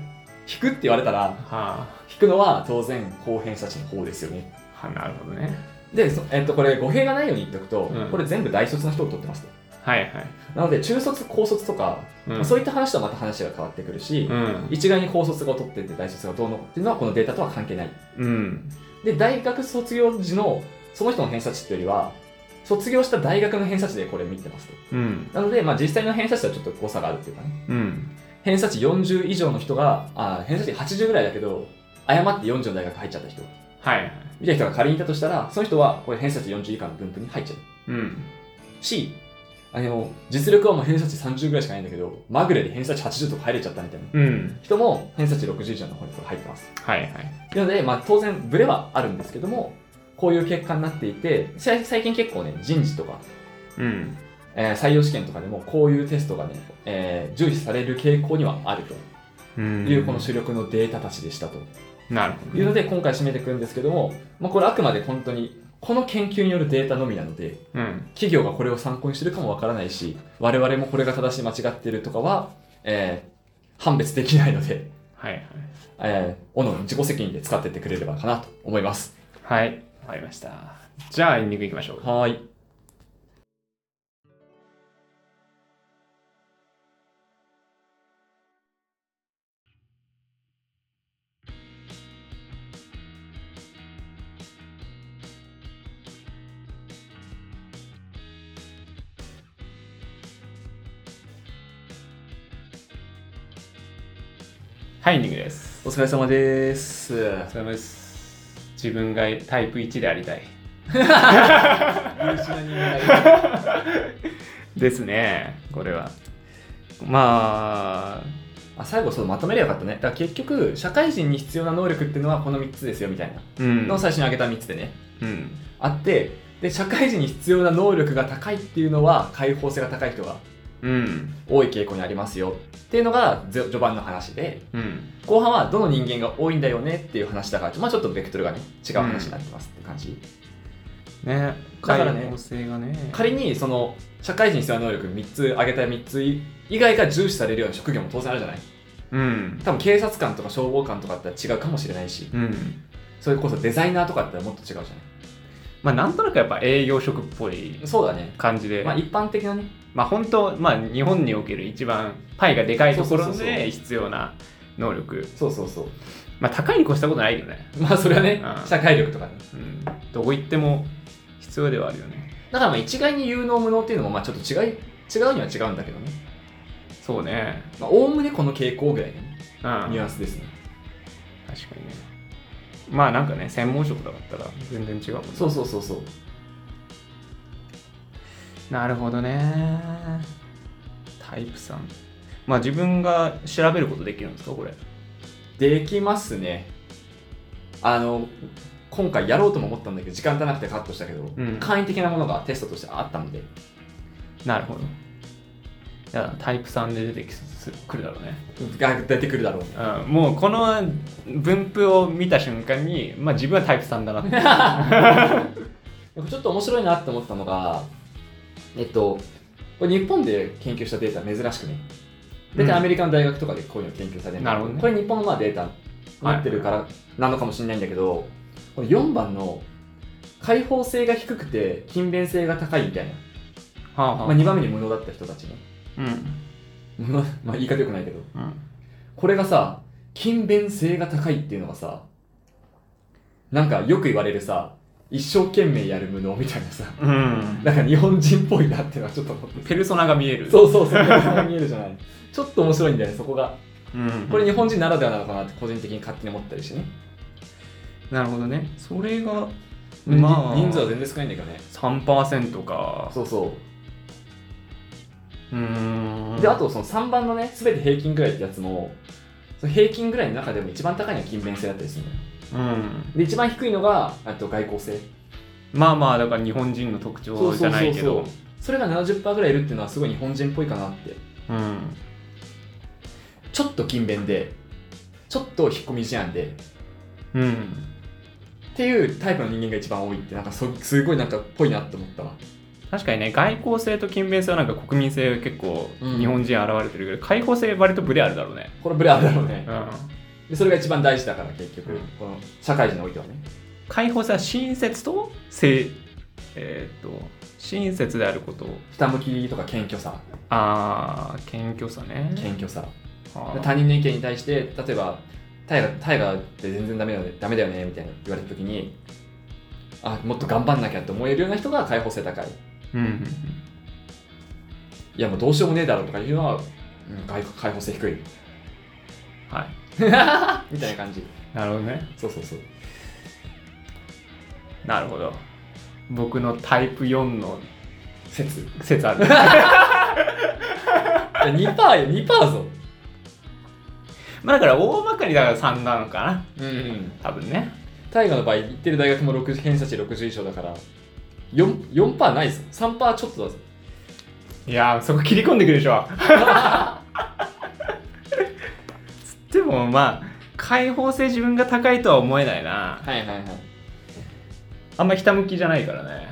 B: くって言われたら、
A: は
B: 引くのは当然、高偏差値の方ですよね。
A: あ。はなるほどね。
B: で、そえっと、これ、語弊がないように言っておくと、
A: うん
B: これ全部大卒の人を取ってますと。
A: はいはい。
B: なので、中卒、高卒とか、
A: う
B: ま
A: ん。
B: あそういった話とはまた話が変わってくるし、
A: うん。
B: 一概に高卒が取ってて大卒がどうのっていうのはこのデータとは関係ない。
A: うん。
B: で、大学卒業時のその人の偏差値っていうよりは、卒業した大学の偏差値でこれ見てますと。
A: うん。
B: なので、まあ実際の偏差値とはちょっと誤差があるっていうかね。
A: うん。
B: 偏差値40以上の人が、あ偏差値80ぐらいだけど、誤って40の大学入っちゃった人、
A: はいはい。
B: みたいな人が仮にいたとしたら、その人はこれ偏差値40以下の分布に入っちゃう。
A: うん。
B: し、あの、実力はもう偏差値30ぐらいしかないんだけど、まぐれで偏差値80とか入れちゃったみたいな
A: うん。
B: 人も偏差値60以上の方に入ってます。
A: はいはい。
B: なので、まあ当然ブレはあるんですけども、こういう結果になっていて、さ最近結構ね、人事とか、
A: うん。
B: えー採用試験とかでもこういうテストがね、えー重視される傾向にはあると
A: うん。
B: いうこの主力のデータたちでしたと。
A: なるほど
B: いう
A: ね。
B: ので今回締めていくんですけども、まあ、これあくまで本当にこの研究によるデータのみなので
A: うん。
B: 企業がこれを参考にしてるかもわからないし我々もこれが正しい間違っているとかは、えー判別できないので、
A: はいはい。
B: えー、おのおの自己責任で使ってってくれればかなと思います
A: はい。わかりました。じゃあ、エンディングいきましょう。
B: はーい
A: はい、エンディングです。
B: お疲れ様です
A: お疲れ様です。自分がタイプ1でありたい。ですね、これは。まあ、
B: [LAUGHS] あ最後そうまとめればよかったねだから結局社会人に必要な能力っていうのはこの3つですよみたいな
A: うん。
B: のを最初に挙げた3つでね
A: うん。
B: あってで社会人に必要な能力が高いっていうのは開放性が高い人が
A: うん。
B: 多い傾向にありますよっていうのがぜ序盤の話で
A: うん。
B: 後半はどの人間が多いんだよねっていう話だから、まあ、ちょっとベクトルがね違う話になってますって感じ、
A: ね、
B: だからね
A: 開放性がね。
B: 仮にその社会人に必要な能力3つ挙げた3つ以外が重視されるような職業も当然あるじゃない
A: うん。
B: 多分警察官とか消防官とかだったら違うかもしれないし
A: うん。
B: それこそデザイナーとかだったらもっと違うじゃない
A: まあ、なんとなくやっぱ営業職っぽい
B: そうだね
A: 感じで、
B: ま
A: ま
B: あ
A: あ、
B: 一般的なね
A: 本当、まあ、日本における一番パイがでかいところ
B: そうそうそうそう
A: で必要な能力。
B: そうそうそう
A: まあ、高いに越したことないよね。
B: まあそれはね
A: うん
B: 社会力とかね
A: うん。どこ行っても必要ではあるよね。
B: だからまあ一概に有能無能っていうのもまあちょっと違い違うには違うんだけどね
A: そうね。
B: まあおおむねこの傾向ぐらいのね
A: うん。
B: ニュアンスですね
A: 確かにねまあなんかね専門職だったら全然違うもんね
B: そうそうそうそう
A: なるほどねタイプ3まあ自分が調べることできるんですかこれ
B: できますねあの今回やろうとも思ったんだけど時間足らなくてカットしたけど、
A: ん
B: 簡易的なものがテストとしてあったので
A: なるほどだからタイプ3で出てきすくるだろうね、
B: が出てくるだろうね
A: うん、もうこの分布を見た瞬間にまあ自分はタイプ3だなって
B: ちょっと面白いなって思ったのがえっとこれ日本で研究したデータ珍しくね大体アメリカの大学とかでこういうの研究されるんだ
A: な
B: け
A: るほどね
B: これ日本のまあデータになってるからなのかもしれないんだけど、この4番の開放性が低くて勤勉性が高いみたいな、
A: はあは
B: まあ、2番目に無能だった人たちね
A: うん、
B: 無能まあ言い方よくないけど
A: うん、
B: これがさ勤勉性が高いっていうのがさ、なんかよく言われるさ、一生懸命やる無能みたいなさ、
A: うん。
B: なんか日本人っぽいなっていうのはちょっと思って。
A: ペルソナが見える。
B: そうそうそう、見えるじゃない。 [LAUGHS] ちょっと面白いんだよね、そこが。
A: うん。
B: これ日本人ならではなのかなって個人的に勝手に思ったりしてね。
A: なるほどね。それが、ま
B: ま
A: あ、
B: あ、人数は全然少ないんだけどね。
A: 3%か。
B: そうそう。
A: うーん。
B: で、あとその3番のね、すべて平均ぐらいってやつも、その平均ぐらいの中でも一番高いのは勤勉性だったりするのよ。
A: うん。
B: で、一番低いのが、あと外交性。
A: まあまあ、だから日本人の特徴じゃないけど。
B: それが70%ぐらいいるっていうのはすごい日本人っぽいかなって。
A: うん。
B: ちょっと勤勉で、ちょっと引っ込み思案で、
A: うん。
B: っていうタイプの人間が一番多いって、なんかそすごいなんかっぽいなって思ったわ。
A: 確かにね、外交性と勤勉性はなんか国民性結構
B: うん
A: 日本人現れてるけど、開放性割とブレあるだろうね。
B: これブレあるだろうね
A: う。ん。
B: で、それが一番大事だから結局、
A: うん
B: この社会人においてはね。
A: 開放性は親切と性、えーっと、親切であること。
B: ひたむきとか謙虚さ、
A: あー、謙虚さね。
B: 謙虚さ。
A: あ
B: で
A: ー
B: 他人の意見に対して例えば「タイガタイガって全然ダメだよねダメだよね」みたいな言われた時にあもっと頑張んなきゃって思えるような人が開放性高い
A: うん。
B: いやもうどうしようもねえだろうとかいうのは、うん、開開放性低い
A: はい。
B: みたいな感じ
A: なるほどね。
B: そうそうそう
A: なるほど。僕のタイプ4の
B: 説い
A: 説ある。
B: や2%パー2%パーぞ
A: [LAUGHS] まあだから大まかにだから3なのかな。
B: うん、うん、
A: 多分ね。
B: タイガの場合行ってる大学も60偏差値60以上だから 4%, 4パーないぞ3%パーちょっと [LAUGHS] だぞ
A: いやー、そこ切り込んでくるでしょ。つってもまあ、開放性自分が高いとは思えないな。
B: はいはいはい
A: あんまひたむきじゃないからね。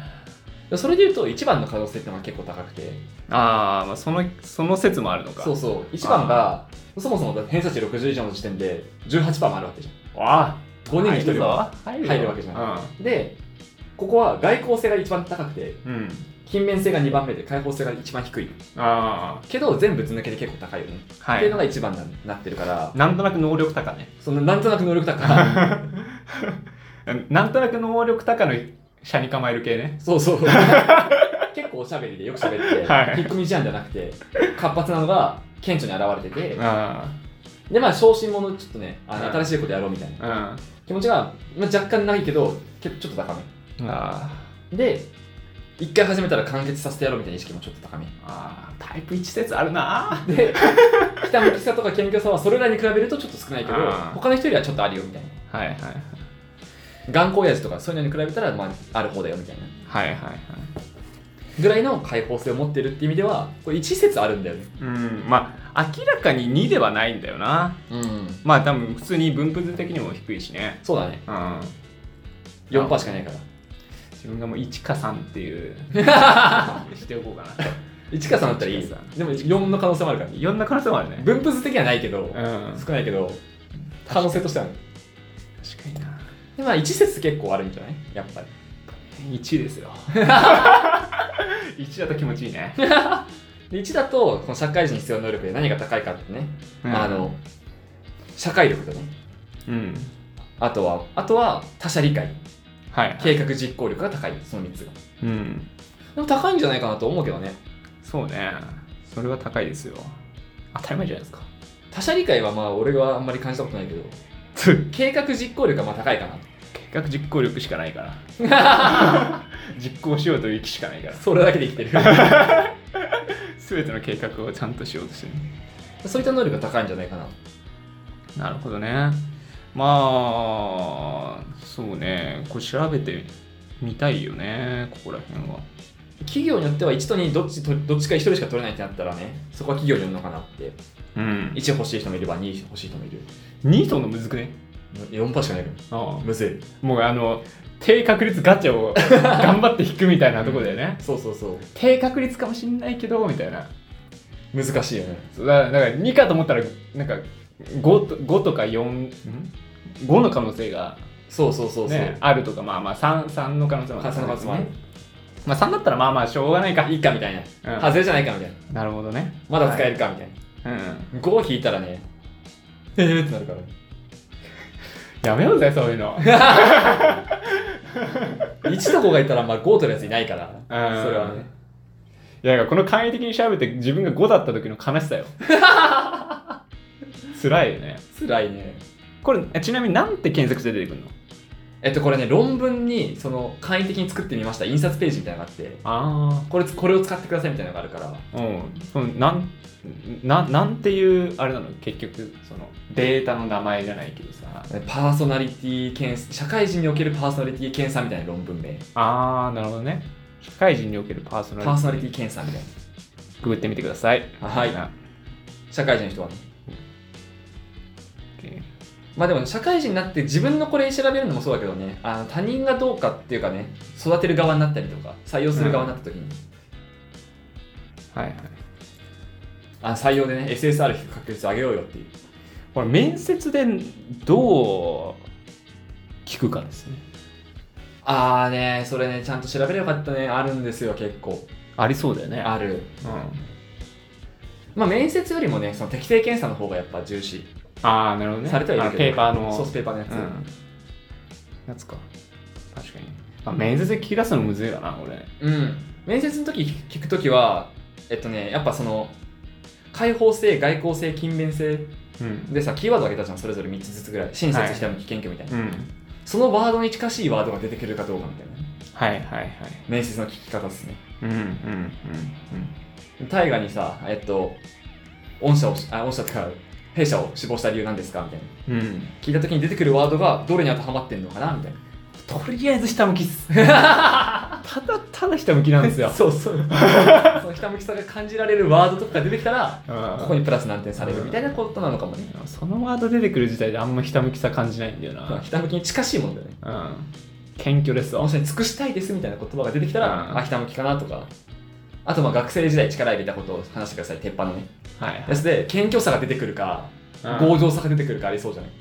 B: でそれでいうと1番の可能性ってのが結構高くて
A: あー、まあ、その、その説もあるのか。
B: そうそう1番がそもそもだって偏差値60以上の時点で18番もあるわけじゃ
A: あ
B: ん5人に1人は
A: 入
B: 入るわけじゃ
A: ん
B: な。でここは外交性が一番高くて
A: うん。うん。
B: 勤勉性が2番目で開放性が一番低い
A: あ
B: けど全部つ抜けで結構高いよね、
A: あ。は
B: っていう
A: い
B: の。が一番ななってるから
A: なんとなく能力高ね。
B: そのなんとなく能力高い
A: なんとなく能力高の社に構える系ね。
B: そ
A: [LAUGHS]
B: うそう結構おしゃべりでよくしゃべって、
A: はい
B: 引っ込み思案じゃなくて活発なのが顕著に現れてて
A: あ
B: でまあ小心者ちょっとねあ
A: う
B: の
A: ん
B: 新しいことやろうみたいな
A: あ。うん。あ
B: 気持ちが、まあ、若干ないけどけちょっと高め
A: あ。
B: で一回始めたら完結させてやろうみたいな意識もちょっと高め
A: ああ、タイプ1説あるな。 [LAUGHS]
B: でひたむきさとか謙虚さはそれらに比べるとちょっと少ないけど
A: あー
B: 他の人よりはちょっとあるよみたいな
A: はいはいはい。
B: 頑固親父とかそういうのに比べたらまあある方だよみたいな
A: はいはいはい。
B: ぐらいの開放性を持ってるって意味ではこれ一説あるんだよね
A: うん、まあ、明らかに2ではないんだよな。
B: うん
A: まあ、多分普通に分布図的にも低いしね。
B: そうだね
A: うん。
B: 4%パーしかないから
A: 自分がもう1か3って [LAUGHS] いう、しておこうかな。
B: 1か3だったらいい
A: 一か
B: でも4の可能性もあるから
A: いろんな可能性もあるね。
B: 分布図的にはないけ
A: う
B: ど
A: ん。確
B: 少ないけど可能性としてはある
A: かにな。
B: でまあ一説結構あるんじゃないやっぱり
A: 1ですよ。1だと気持ちいい [LAUGHS] ね。
B: で1だとこの社会人に必要な能力で何が高いかってね、
A: うん
B: あの社会力とね
A: うん。
B: あとはあとは他者理解
A: はい。
B: 計画実行力が高いその3つが
A: うん。
B: でも高いんじゃないかなと思うけどね
A: そうね。それは高いですよ。当たり前じゃ [LAUGHS] ないですか。
B: 他者理解はまあ俺はあんまり感じたことないけど計画実行力がまあ高いかな
A: 計画実行力しかないから。 [LAUGHS] 実行しようという気しかないから。
B: それだけで生きてる [LAUGHS]
A: すべての計画をちゃんとしようとしてる。
B: そういった能力が高いんじゃないかな
A: なるほどね。まあ、そうね。これ調べてみたいよね。ここら辺は。
B: 企業によっては1と2どっちとどっちか1人しか取れないってなったらねそこは企業によるのかなって
A: うん。
B: 1欲しい人もいれば2欲しい人もいる
A: ニートのむずくね。
B: 4%しかないけど
A: あ
B: むずい
A: あもうあの、低確率ガチャを頑張って引くみたいなとこだよね。
B: そうそうそう
A: [LAUGHS] 低確率かもしんないけど、みたいな。
B: 難しいよね
A: そうだだから2かと思ったら、なんか5と ,5 とか4、5の可能性が、
B: そうそうそうそう、
A: ね、あるとか、まあまあ 3, 三の可能性もあ
B: 加
A: る
B: 算の数もある
A: まあ3だったらまあまあしょうがないか。
B: いいかみたいな、
A: うん
B: [LAUGHS] 外れじゃないかみたいな
A: なるほどね。
B: まだ使えるかみたいな、
A: うん。
B: 5を引いたらねえーってなるから。
A: やめようぜ、そういう
B: [LAUGHS]
A: の。
B: 一とこがいたら、まあ、5とのやついないから、
A: ん
B: それはね。
A: いや、だからこの簡易的に調べて自分が5だった時の悲し
B: [LAUGHS]
A: さよ。辛いよね。
B: 辛いね。
A: これ、えちなみになんて検索で出てくるの
B: えっと、これね、論文に、その、簡易的に作ってみました、印刷ページみたいなのがあって、
A: あ
B: これ、これを使ってくださいみたいなのがあるから、
A: あ。うん。そのなんななんていうあれなの結局そのデータの名前じゃないけどさ
B: パーソナリティ検査、社会人におけるパーソナリティ検査みたいな論文名、
A: ああなるほどね社会人におけるパーソナリティ
B: パーソナリティ検査みたいな。
A: ググってみてください
B: はい
A: な
B: 社会人の人はね。
A: OK
B: まあでも、ね、社会人になって自分のこれ調べるのもそうだけどね、あの他人がどうかっていうかね、育てる側になったりとか、採用する側になった時に、
A: はいはい
B: あ採用でね、SSR 引く確率上げようよっていう。
A: これ面接でどう聞くかですね
B: あーね、それね、ちゃんと調べればよかったね、あるんですよ、結構。
A: ありそうだよね
B: ある。
A: うん、
B: まあ面接よりもね、その適正検査の方がやっぱ重視
A: ああなるほどね
B: されてはいるけど、
A: あペーパーの
B: ソースペーパーのやつ。
A: うん、やつか確かに、まあ、面接で聞き出すのむずいかな俺
B: うん、面接の時聞く時はえっとねやっぱその開放性外交性勤勉性
A: うん
B: でさキーワードあげたじゃんそれぞれ3つずつぐらい親切しても危険挙みたいな、
A: うん
B: そのワードに近しいワードが出てくるかどうかみたい
A: はい
B: な
A: はいはい
B: 面接の聞き方ですね
A: うんうんうんうん
B: 大河にさえっと御社をしあ御社ってか弊社を志望した理由なんですかみたいな
A: うんうん
B: 聞いた時に出てくるワードがどれに当てはまってんのかなみたいな
A: とりあえず下向きっすただただ下向きなん [LAUGHS] ですよ
B: [LAUGHS] そうそうそのひたむきさが感じられるワードとかが出てきたらここにプラス何点されるみたいなことなのかもね
A: そのワード出てくる時代であんまひたむきさ感じないんだよ
B: まあ
A: な、
B: ひたむきに近しいもんだよね。
A: うん、謙虚ですわ
B: もしね尽くしたいですみたいな言葉が出てきたら、
A: うん
B: あ、ひたむきかなとか。あと、まあ学生時代力入れたことを話してください、鉄板のね。
A: はいはい
B: やつで、謙虚さが出てくるか、
A: うん
B: 強情さが出てくるかありそうじゃない、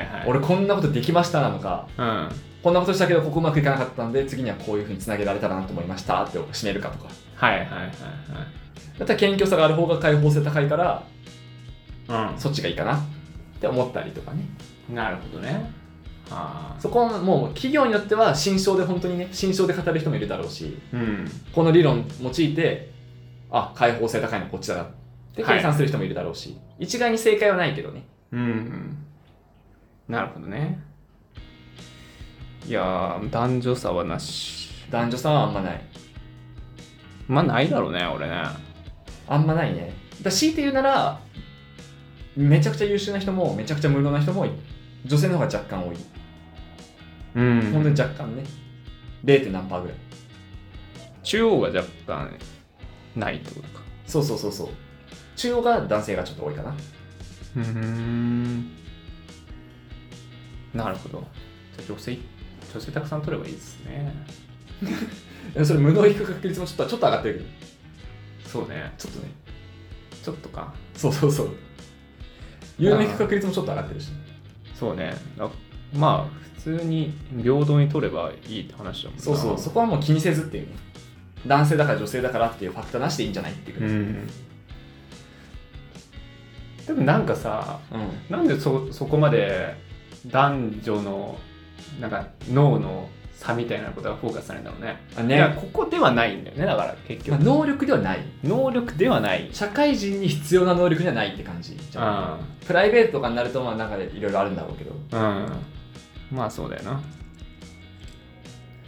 A: はいはい
B: 俺こんなことできましたなのか、
A: うん
B: こんなことしたけどここうまくいかなかったんで、次にはこういうふうにつなげられたらなと思いましたって締めるかとか。
A: はいはいはい
B: だったら謙虚さがある方が開放性高いから、
A: はい
B: そっちがいいかなって思ったりとかね。
A: うんなるほどねあ
B: そこはもう企業によっては、新章で本当にね、新章で語る人もいるだろうし、
A: あうん
B: この理論用いてあ開放性高いのこっちだなって計算する人もいるだろうし、一概に正解はないけどね
A: うんうんなるほどねいやー男女差はなし
B: 男女差はあんまない
A: まあないだろうね俺ね
B: あんまないねだ強いて言うならめちゃくちゃ優秀な人もめちゃくちゃ無能な人も女性の方が若干多い、
A: うん
B: ほんとに若干ね 0. 何パーぐらい
A: 中央が若干ないってことか
B: そうそうそうそう中央が男性がちょっと多いかな
A: うんなるほどじゃあ女性女性たくさん取ればいいですね
B: えそれ無能引く確率もちょっとちょっと上がってるけど
A: そうね
B: ちょっとね
A: ちょっとか
B: そうそうそう有能引く確率もちょっと上がってるし
A: そうねあまあ普通に平等に取ればいいって話だもんな
B: そうそう、そこはもう気にせずっていうね。男性だから女性だからっていうファクターなしでいいんじゃないっていうう。
A: んでもなんかさ
B: うん。
A: なんでそそこまで男女のなんか脳の差みたいなことがフォーカスされるんだろうね
B: あ
A: いや
B: ね、
A: ここではないんだよねだから結
B: まあ
A: 局、
B: 能力ではない。
A: 能力ではない
B: 社会人に必要な能力ではないって感じ。じゃあ
A: あ
B: プライベートとかになると、まあなんかでいろいろあるんだろうけど、
A: うんまあそうだよな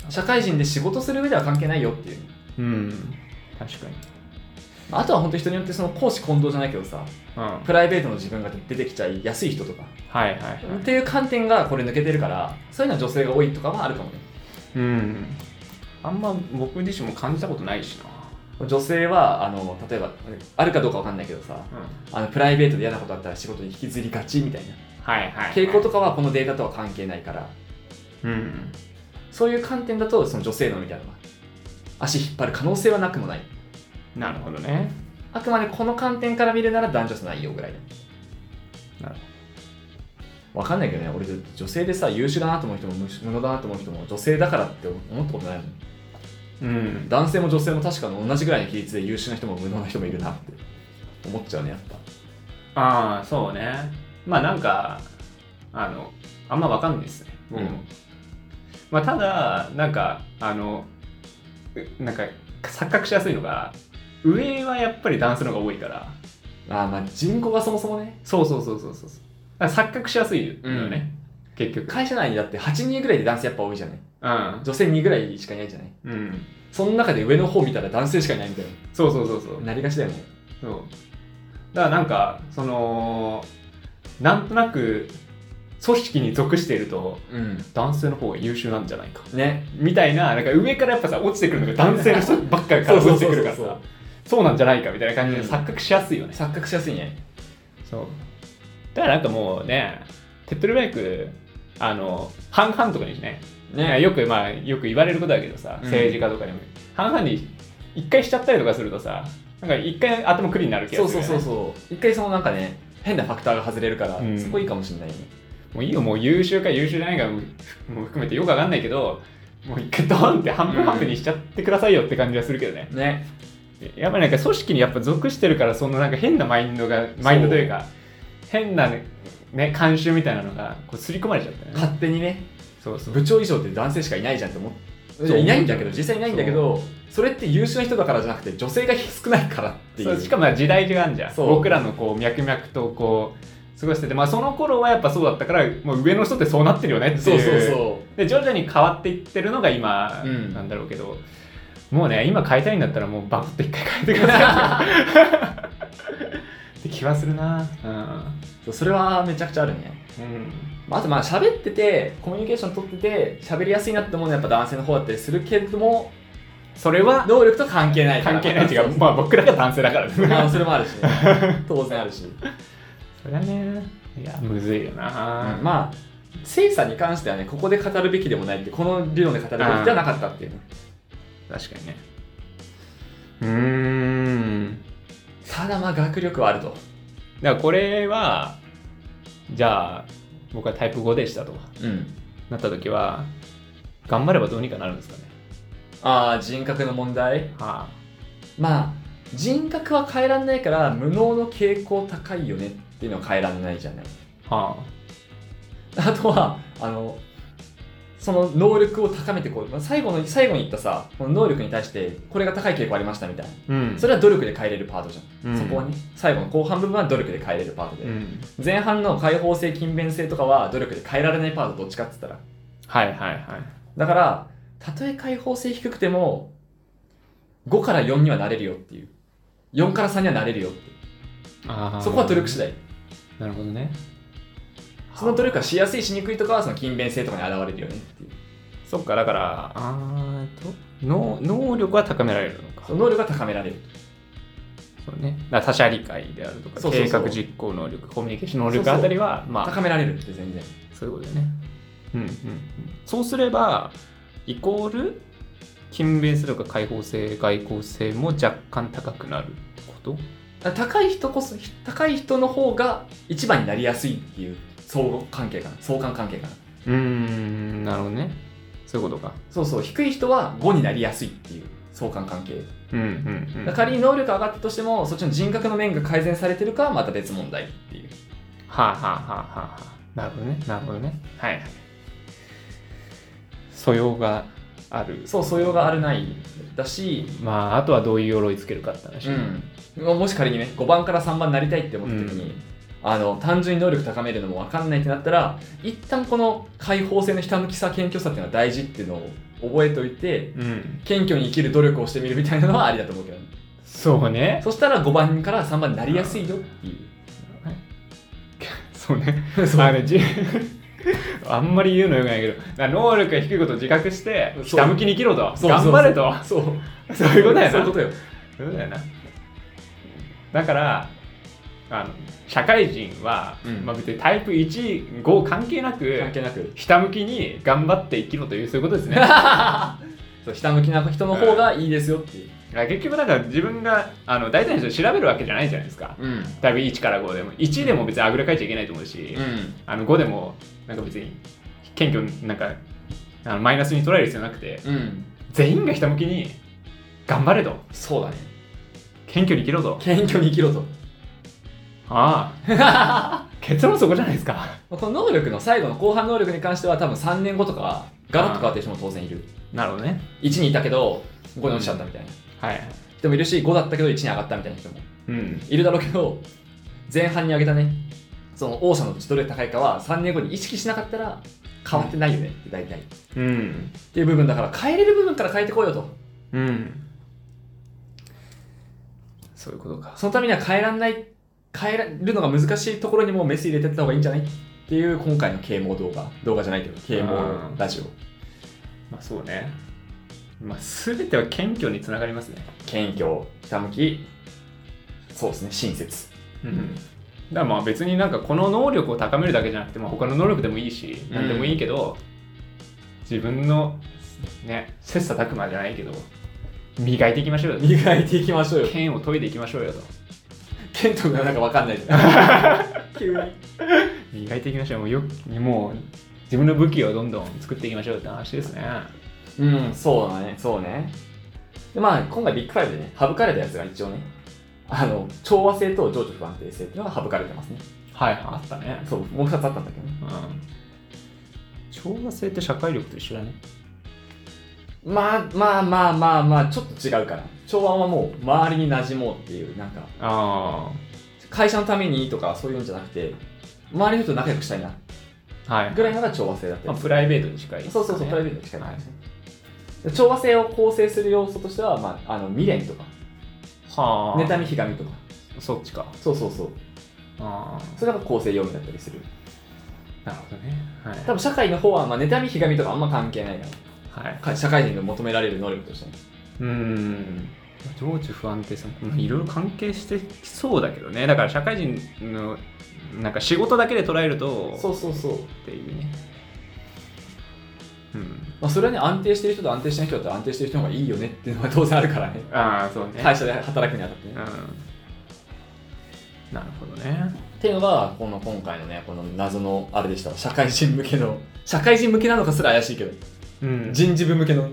B: 社会人で仕事する上では関係ないよっていう。
A: うん確かに
B: まああとは本当人によってその講師混同じゃないけどさ、
A: うんはい
B: プライベートの自分が出てきちゃいやすい人とか、
A: はいは
B: っ
A: い
B: ていう観点がこれ抜けてるから、そういうのは女性が多いとかはあるかもね。
A: うんあんま僕自身も感じたことないし
B: 女性は、あの、例えば、あるかどうかわかんないけどさ、
A: なうん
B: あのプライベートで嫌なことあったら仕事に引きずりがちみたいな
A: はいはい
B: 傾向とかはこのデータとは関係ないから
A: うん
B: そういう観点だとその女性のみたいなのが足引っ張る可能性はなくもない
A: なるほどね
B: あくまでこの観点から見るなら男女差ないよぐらい
A: なる
B: わかんないけどね俺女性でさ優秀だなと思う人も無無能だなと思う人も女性だからって思ったことないもん
A: うん
B: 男性も女性も確かの同じぐらいの比率で優秀な人も無能な人もいるなって思っちゃうねやっぱ
A: ああそうねまあなんかあのあんまわかんないですね僕も、
B: うん
A: まあただなんかあのうなんか錯覚しやすいのが上はやっぱりダンスの方が多いから
B: あーまあ人口がそもそもね
A: そうそうそうそうそうそうだから錯覚しやすいのよね、結局
B: 会社内にだって8人ぐらいで男性やっぱ多いじゃない
A: うん
B: 女性2ぐらいしかいないじゃない
A: うん
B: その中で上の方見たら男性しかいないみたい
A: そうそうそうそう
B: ななりがちだよね
A: そうだからなんかそのなんとなく組織に属していると
B: うん
A: 男性の方が優秀なんじゃないか
B: ね
A: みたいななんか上からやっぱさ落ちてくるのが男性の人ばっかりから落ちてくるから
B: そうそうそう
A: さそうなんじゃないかみたいな感じで
B: うん
A: 錯覚しやすいよね、
B: 錯覚しやすいね
A: そうだからなんかもうね手っ取り早くあの半々とかにしないね、よくまあよく言われることだけどさ
B: うん
A: 政治家とかにも、半々に一回しちゃったりとかするとさなんか一回頭クリになる気
B: そ
A: が
B: う
A: する
B: そう
A: よね
B: そうそう一回そのなんかね変なファクターが外れるから、
A: うん
B: そこいいかもしれないよね
A: もういいよもう優秀か優秀じゃないかももう含めてよくわかんないけどもう一回ドーンって半分半分にしちゃってくださいよって感じはするけどね、
B: ね
A: やっぱりなんか組織にやっぱ属してるからそのなんか変なマインドがマインドというか変なねね慣習みたいなのがこう刷り込まれちゃったよね
B: 勝手にね
A: そうそう
B: 部長以上って男性しかいないじゃんって思ってい
A: そう
B: やいないんだけど実際いないんだけどそれって優秀な人だからじゃなくて女性が少ないからってい
A: そううしかもまあ時代があるじゃん
B: そう
A: 僕らのこう脈々とこう過ごしてて、まあ、その頃はやっぱそうだったからもう上の人ってそうなってるよねって
B: そ
A: いう
B: うそう
A: う
B: そ
A: で徐々に変わっていってるのが今
B: うん
A: なんだろうけど、もうね今変えたいんだったらもうバコッと一回変えてくださいって気はするな
B: うそれはめちゃくちゃあるね
A: うん、うん、
B: まああとまあ喋っててコミュニケーション取ってて喋りやすいなって思うのはやっぱ男性の方だったりするけれども
A: それは
B: [LAUGHS] 能力と関係ないから
A: 関係ない違う、まあ、僕らが男性だからね
B: あそれもあるしね当然あるし、
A: [LAUGHS] そりゃねいやむずいよな、ま
B: まあ精査に関してはねここで語るべきでもないってこの理論で語るべきではなかったっていうね
A: あ確かにねうーん
B: ただまあ学力はあると
A: だからこれはじゃあ僕はタイプ5でしたと
B: うん
A: なった時は頑張ればどうにかなるんですかね
B: ああ人格の問題
A: は
B: まあ人格は変えられないから無能の傾向高いよねっていうのは変えられないじゃない
A: あは
B: あとはあのその能力を高めてこうまあ最後の最後に言ったさこの能力に対してこれが高い傾向ありましたみたいな
A: あうん
B: それは努力で変えれるパートじゃん、
A: うん
B: そこはね最後の後半部分は努力で変えれるパートで、
A: うん
B: 前半の開放性勤勉性とかは努力で変えられないパートどっちかっつったら
A: はいはいはい
B: だからたとえ開放性低くても5から4にはなれるよっていう4から3にはなれるよっていう
A: あー
B: そこは努力次第
A: なるほどね
B: その努力がしやすいしにくいとかはその勤勉性とかに現れるよねっていう
A: そっかだからあーえっと能能力は高められるのか
B: その能力が高められる
A: そうねだから他者理解であるとか
B: そうそうそう
A: 計画実行能力コミュニケーション能力あたりはまあ
B: 高められるって全然
A: そういうことだよね。うんうんうん、そうすれば、イコール、勤勉性とか開放性、外交性も若干高くなるってこと
B: だから高い人こそ高い人の方が一番になりやすいっていう相互関係かな相関関係かな
A: うーん、なるほどね。そういうことか。
B: そうそう低い人は5になりやすいっていう相関関係
A: うんうんうん。
B: だから仮に能力が上がったとしてもそっちの人格の面が改善されてるかはまた別問題っていう
A: はあ、はあはあはあはあ、なるほどね。なるほどね。はい。素養がある。
B: そう素養があるないだし、
A: まあ、あとはどういう鎧つけるかって話。
B: うん、もし仮にね5番から3番になりたいって思った時に、
A: うん
B: あの単純に能力高めるのも分かんないってなったら一旦この開放性のひたむきさ謙虚さっていうのは大事っていうのを覚えておいて
A: うん。
B: 謙虚に生きる努力をしてみるみたいなのはありだと思うけど、ね、
A: そうね。
B: そしたら5番から3番になりやすいよっていう
A: そうね。あのじ [LAUGHS] あんまり言うのよくないけど、だから能力が低いことを自覚して、
B: そう
A: ひたむきに生きろと、
B: そう
A: 頑張れと、
B: そう
A: そういうことやな。
B: そういうことよ
A: そういうことやな。だから、あの社会人は、
B: うん
A: まあ、別にタイプ1、5関係なく、
B: 関係なく
A: ひたむきに頑張って生きろという、そういうことです
B: [LAUGHS]
A: ね。
B: そうひたむきな人の方がいいですよっていう、
A: だから結局、なんか自分があの大体の人を調べるわけじゃないじゃないですか。
B: うん
A: タイプ1から5でも、1でも別にあぐらかいちゃいけないと思うし。
B: うん、
A: あの5でもなんか別に謙虚なんかあのマイナスに捉える必要なくて
B: うん、
A: 全員がひたむきに頑張れと
B: そうだね
A: 謙虚に生きろと
B: 謙虚に生きろと
A: [LAUGHS] ああ謙結論そこじゃないですか。
B: まあこの能力の最後の後半能力に関しては多分3年後とかはガラッと変わってる人も当然いる
A: なるほどね。
B: 1にいたけど5に落ちちゃったみたいな
A: はい。
B: 人もいるし5だったけど1に上がったみたいな人も
A: うん。
B: いるだろうけど前半に上げたねその王者のうちどれ高いかは3年後に意識しなかったら変わってないよねって大体、っ
A: うん。
B: ていう部分だから変えれる部分から変えてこようと
A: うん。そういうことか。
B: そのためには変えらんない変えられるのが難しいところにもメス入れてった方がいいんじゃないっていう今回の啓蒙動画動画じゃないけど啓蒙ラジオ
A: まあそうね。まあ全ては謙虚につながりますね。
B: 謙虚ひたむきそうですね親切
A: うん。だからまあ別になんかこの能力を高めるだけじゃなくて、まあ、他の能力でもいいし
B: うん
A: 何でもいいけど、自分のね切磋琢磨じゃないけど磨いていきましょうよ
B: 磨いていきましょうよ
A: 剣を研いでいきましょうよと
B: 謙虚がなんかわかんない [LAUGHS] 急に
A: 磨いていきましょうもうよもう自分の武器をどんどん作っていきましょうって話ですね
B: うん、そうだね、そうね。で、まあ、今回ビッグファイブでね、省かれたやつが一応ね、あの、調和性と情緒不安定性っていうのが省かれてますね。
A: はいあったね
B: そう、もう二つあったんだけどね。
A: うん調和性って社会力と一緒だね
B: まあまあまあまあまあ、ちょっと違うから。調和はもう、周りに馴染もうっていう、なんか、
A: あ
B: 会社のためにとかそういうんじゃなくて、周りの人と仲良くしたいな、
A: あはい
B: ぐらいのが調和性だった
A: まあ
B: りす
A: プライベートに近いです
B: る。
A: ね、
B: そうそうそう、プライベートに近い感じですね。で調和性を構成する要素としては、まあ、あの、未練とか、
A: はあ
B: 妬み、ひがみとか、
A: そっちか
B: そうそうそう、
A: ああ
B: それが構成要因だったりする。
A: なるほどね。はい。
B: 多分社会の方は、まあ、妬みひがみとかあんま関係ないか
A: はい
B: ら、か社会人が求められる能力としてね
A: うーん。情緒不安定さもいろいろ関係してきそうだけどね。だから社会人のなんか仕事だけで捉えると
B: そうそうそ
A: っ
B: う、
A: ていうね。うん。
B: まあ、それはね安定してる人と安定しない人だったら安定してる人の方がいいよねっていうのは当然あるからね
A: ああ、そうね。
B: 会社で働くにあたって
A: うん
B: ね、。
A: なるほどね。
B: っていうのがこの今回のねこの謎のあれでした社会人向けの社会人向けなのかすら怪しいけど、
A: うん。
B: 人事部向けの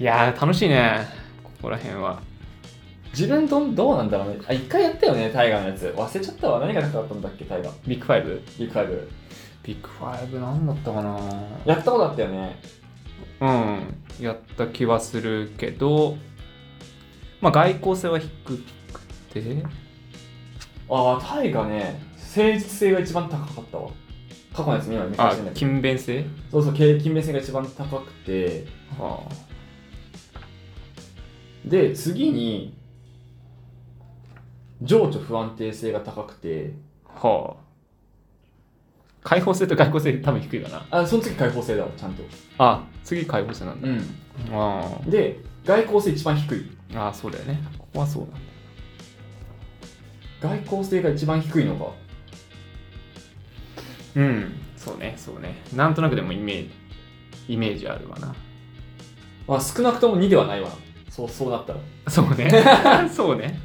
A: いやー、楽しいね。ここら辺は。
B: 自分どんどうなんだろうねあ一回やったよねタイガーのやつ忘れちゃったわ何がなかったんだっけタイガー
A: ビッグファイブ
B: ビッグファイブ
A: ビッグファイブなんだったかな
B: やったことあったよね
A: うん、やった気はするけど、まあ、外交性は低くて、
B: ああタイガーね誠実性が一番高かったわ過去のやつ見今見返
A: あ
B: してんだけど
A: 勤勉性
B: そうそう、経勤勉性が一番高くて、
A: はあ
B: で、次に、情緒不安定性が高くて、
A: はあ、開放性と外交性多分低いかな。
B: あ、その次開放性だわ、ちゃんと。
A: あ、次開放性なんだ。
B: ん。
A: あ
B: で、外交性一番低い。
A: あああ、そうだよね。ここはそうなんだ。
B: 外交性が一番低いのが、
A: うん、そうね、そうね。なんとなくでもイメージ、イメージあるわな。
B: まあ、少なくとも2ではないわ。そう、そうなったら。
A: そう [LAUGHS] ね。そうね。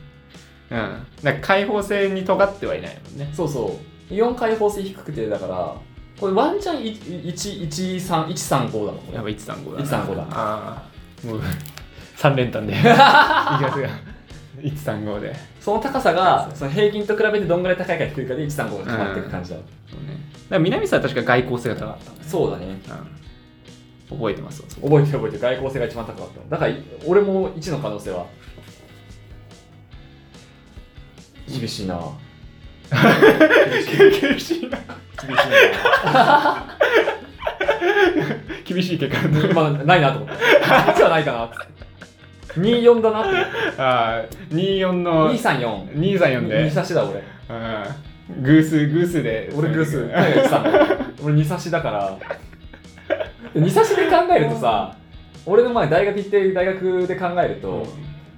A: うん。なんか開放性に尖ってはいないもんね。
B: そうそう。4開放性低くて、だから、これワンチャン135だもん、これ
A: やばい、135だ。
B: 135だ
A: ああ、もう3連 [LAUGHS] 単で。いきますよ。135で。
B: その高さが、その平均と比べてどんぐらい高いか低いかで135が決まっていく感じだ、
A: そうね。だから南さんは確か外交性が高かったんだね
B: そうだね。
A: うん。覚えてますわそこ
B: 覚えてる覚えてる外交性が一番高かったのだからい俺も1の可能性は厳しいな厳しい
A: 厳しいな。
B: 厳し
A: 厳しい結果
B: いなまあないなと思った1はないかなって24だなって思っ
A: ああ、24の
B: た234
A: 234で
B: 2。差しだ俺
A: うん偶数、偶数で。
B: 俺グース海外行ってたの俺2差しだから2差しで考えるとさ俺の前大学行ってる大学で考えると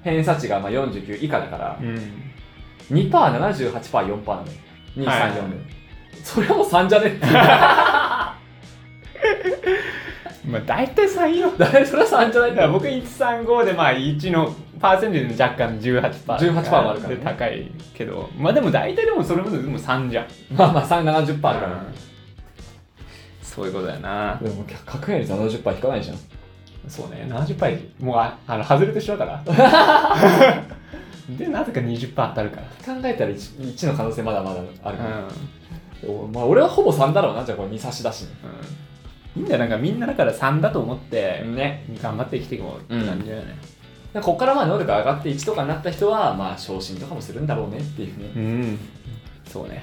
B: 偏差値がまあ49以下だから
A: うん。
B: 2パー、78パー、4パーなのよ。2、
A: はい
B: 3、4で。それはもう3じゃねえ [LAUGHS]
A: まあ大体3よ。
B: だいそれは3じゃな
A: だか
B: いんだ
A: ら
B: よ。
A: 僕135でまあ1のパーセンテージの若干18%パー
B: 18%もあるからね
A: で高いけどまあでも大体でもそれもでも3じゃん
B: まあまあ3、70パーだか
A: うんそういうことだよな
B: ら。でも、格変率70パー引かないじゃん。
A: [LAUGHS] そうね70%もうああの外れと一緒だからでなぜか20%当たるから
B: 考えたら 1, 1の可能性まだまだある
A: う
B: か
A: ん
B: ら、おまあ、俺はほぼ3だろうなじゃあこれ2差しだし
A: うんいいんだよなんかみんなだから3だと思って、
B: ね
A: 頑張って生きていこうって感じだよね
B: ここからまあ能力が上がって1とかになった人はまあ昇進とかもするんだろうねっていうね
A: うん、そうね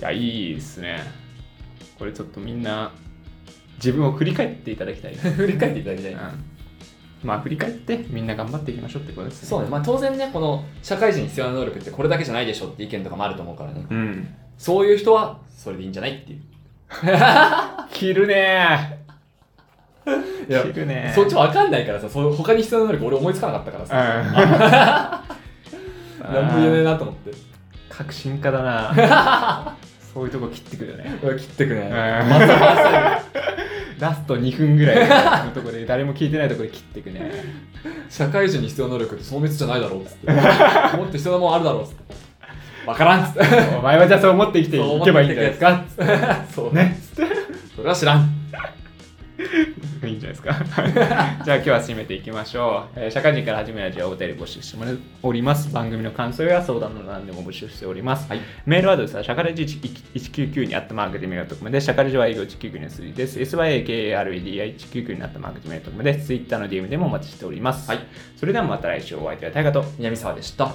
A: いやいいですねこれちょっとみんな自分を振り返っていただ [LAUGHS] きたいです
B: [LAUGHS] 振り返っていただきたい、
A: うんまあ振り返ってみんな頑張っていきましょうってことですね
B: そうねまあ当然ねこの社会人に必要な能力ってこれだけじゃないでしょって意見とかもあると思うからね
A: うん
B: そういう人はそれでいいんじゃないっていう
A: 切るねー
B: いや
A: 切るねー
B: そっちわかんないからさそう他に必要な能力俺思いつかなかったから
A: う
B: さ、
A: ん
B: 何も言え
A: [LAUGHS]
B: ないなと思って
A: 革新家だなそういうとこ切ってくるよね
B: うわ切ってくね、
A: うん [LAUGHS]
B: まさまさ
A: ラスト2分ぐらいのとこで誰も聞いてないとこで切ってくね
B: に社会人に必要な能力ってその別じゃないだろうっつってもっと必要なもんあるだろうっつってわからんっつって
A: お前はじゃあそう思って生きていけばいいんじゃないですか
B: [LAUGHS] そう
A: ね
B: それは知らん
A: いいんじゃないですか [LAUGHS] じゃあ今日は締めていきましょう、えー社会人から始めるラジオはお便り募集しております番組の感想や相談など何でも募集しております、
B: はい
A: メールアドレスはシャカレジ199にアットマークでメールとこまでシャカレジは営業199の数字です SYAKREDI199 にアットマークでメールとこまで Twitter の DM でもお待ちしております、
B: はい、
A: それではまた来週お会いいたいタイガと
B: 南沢でした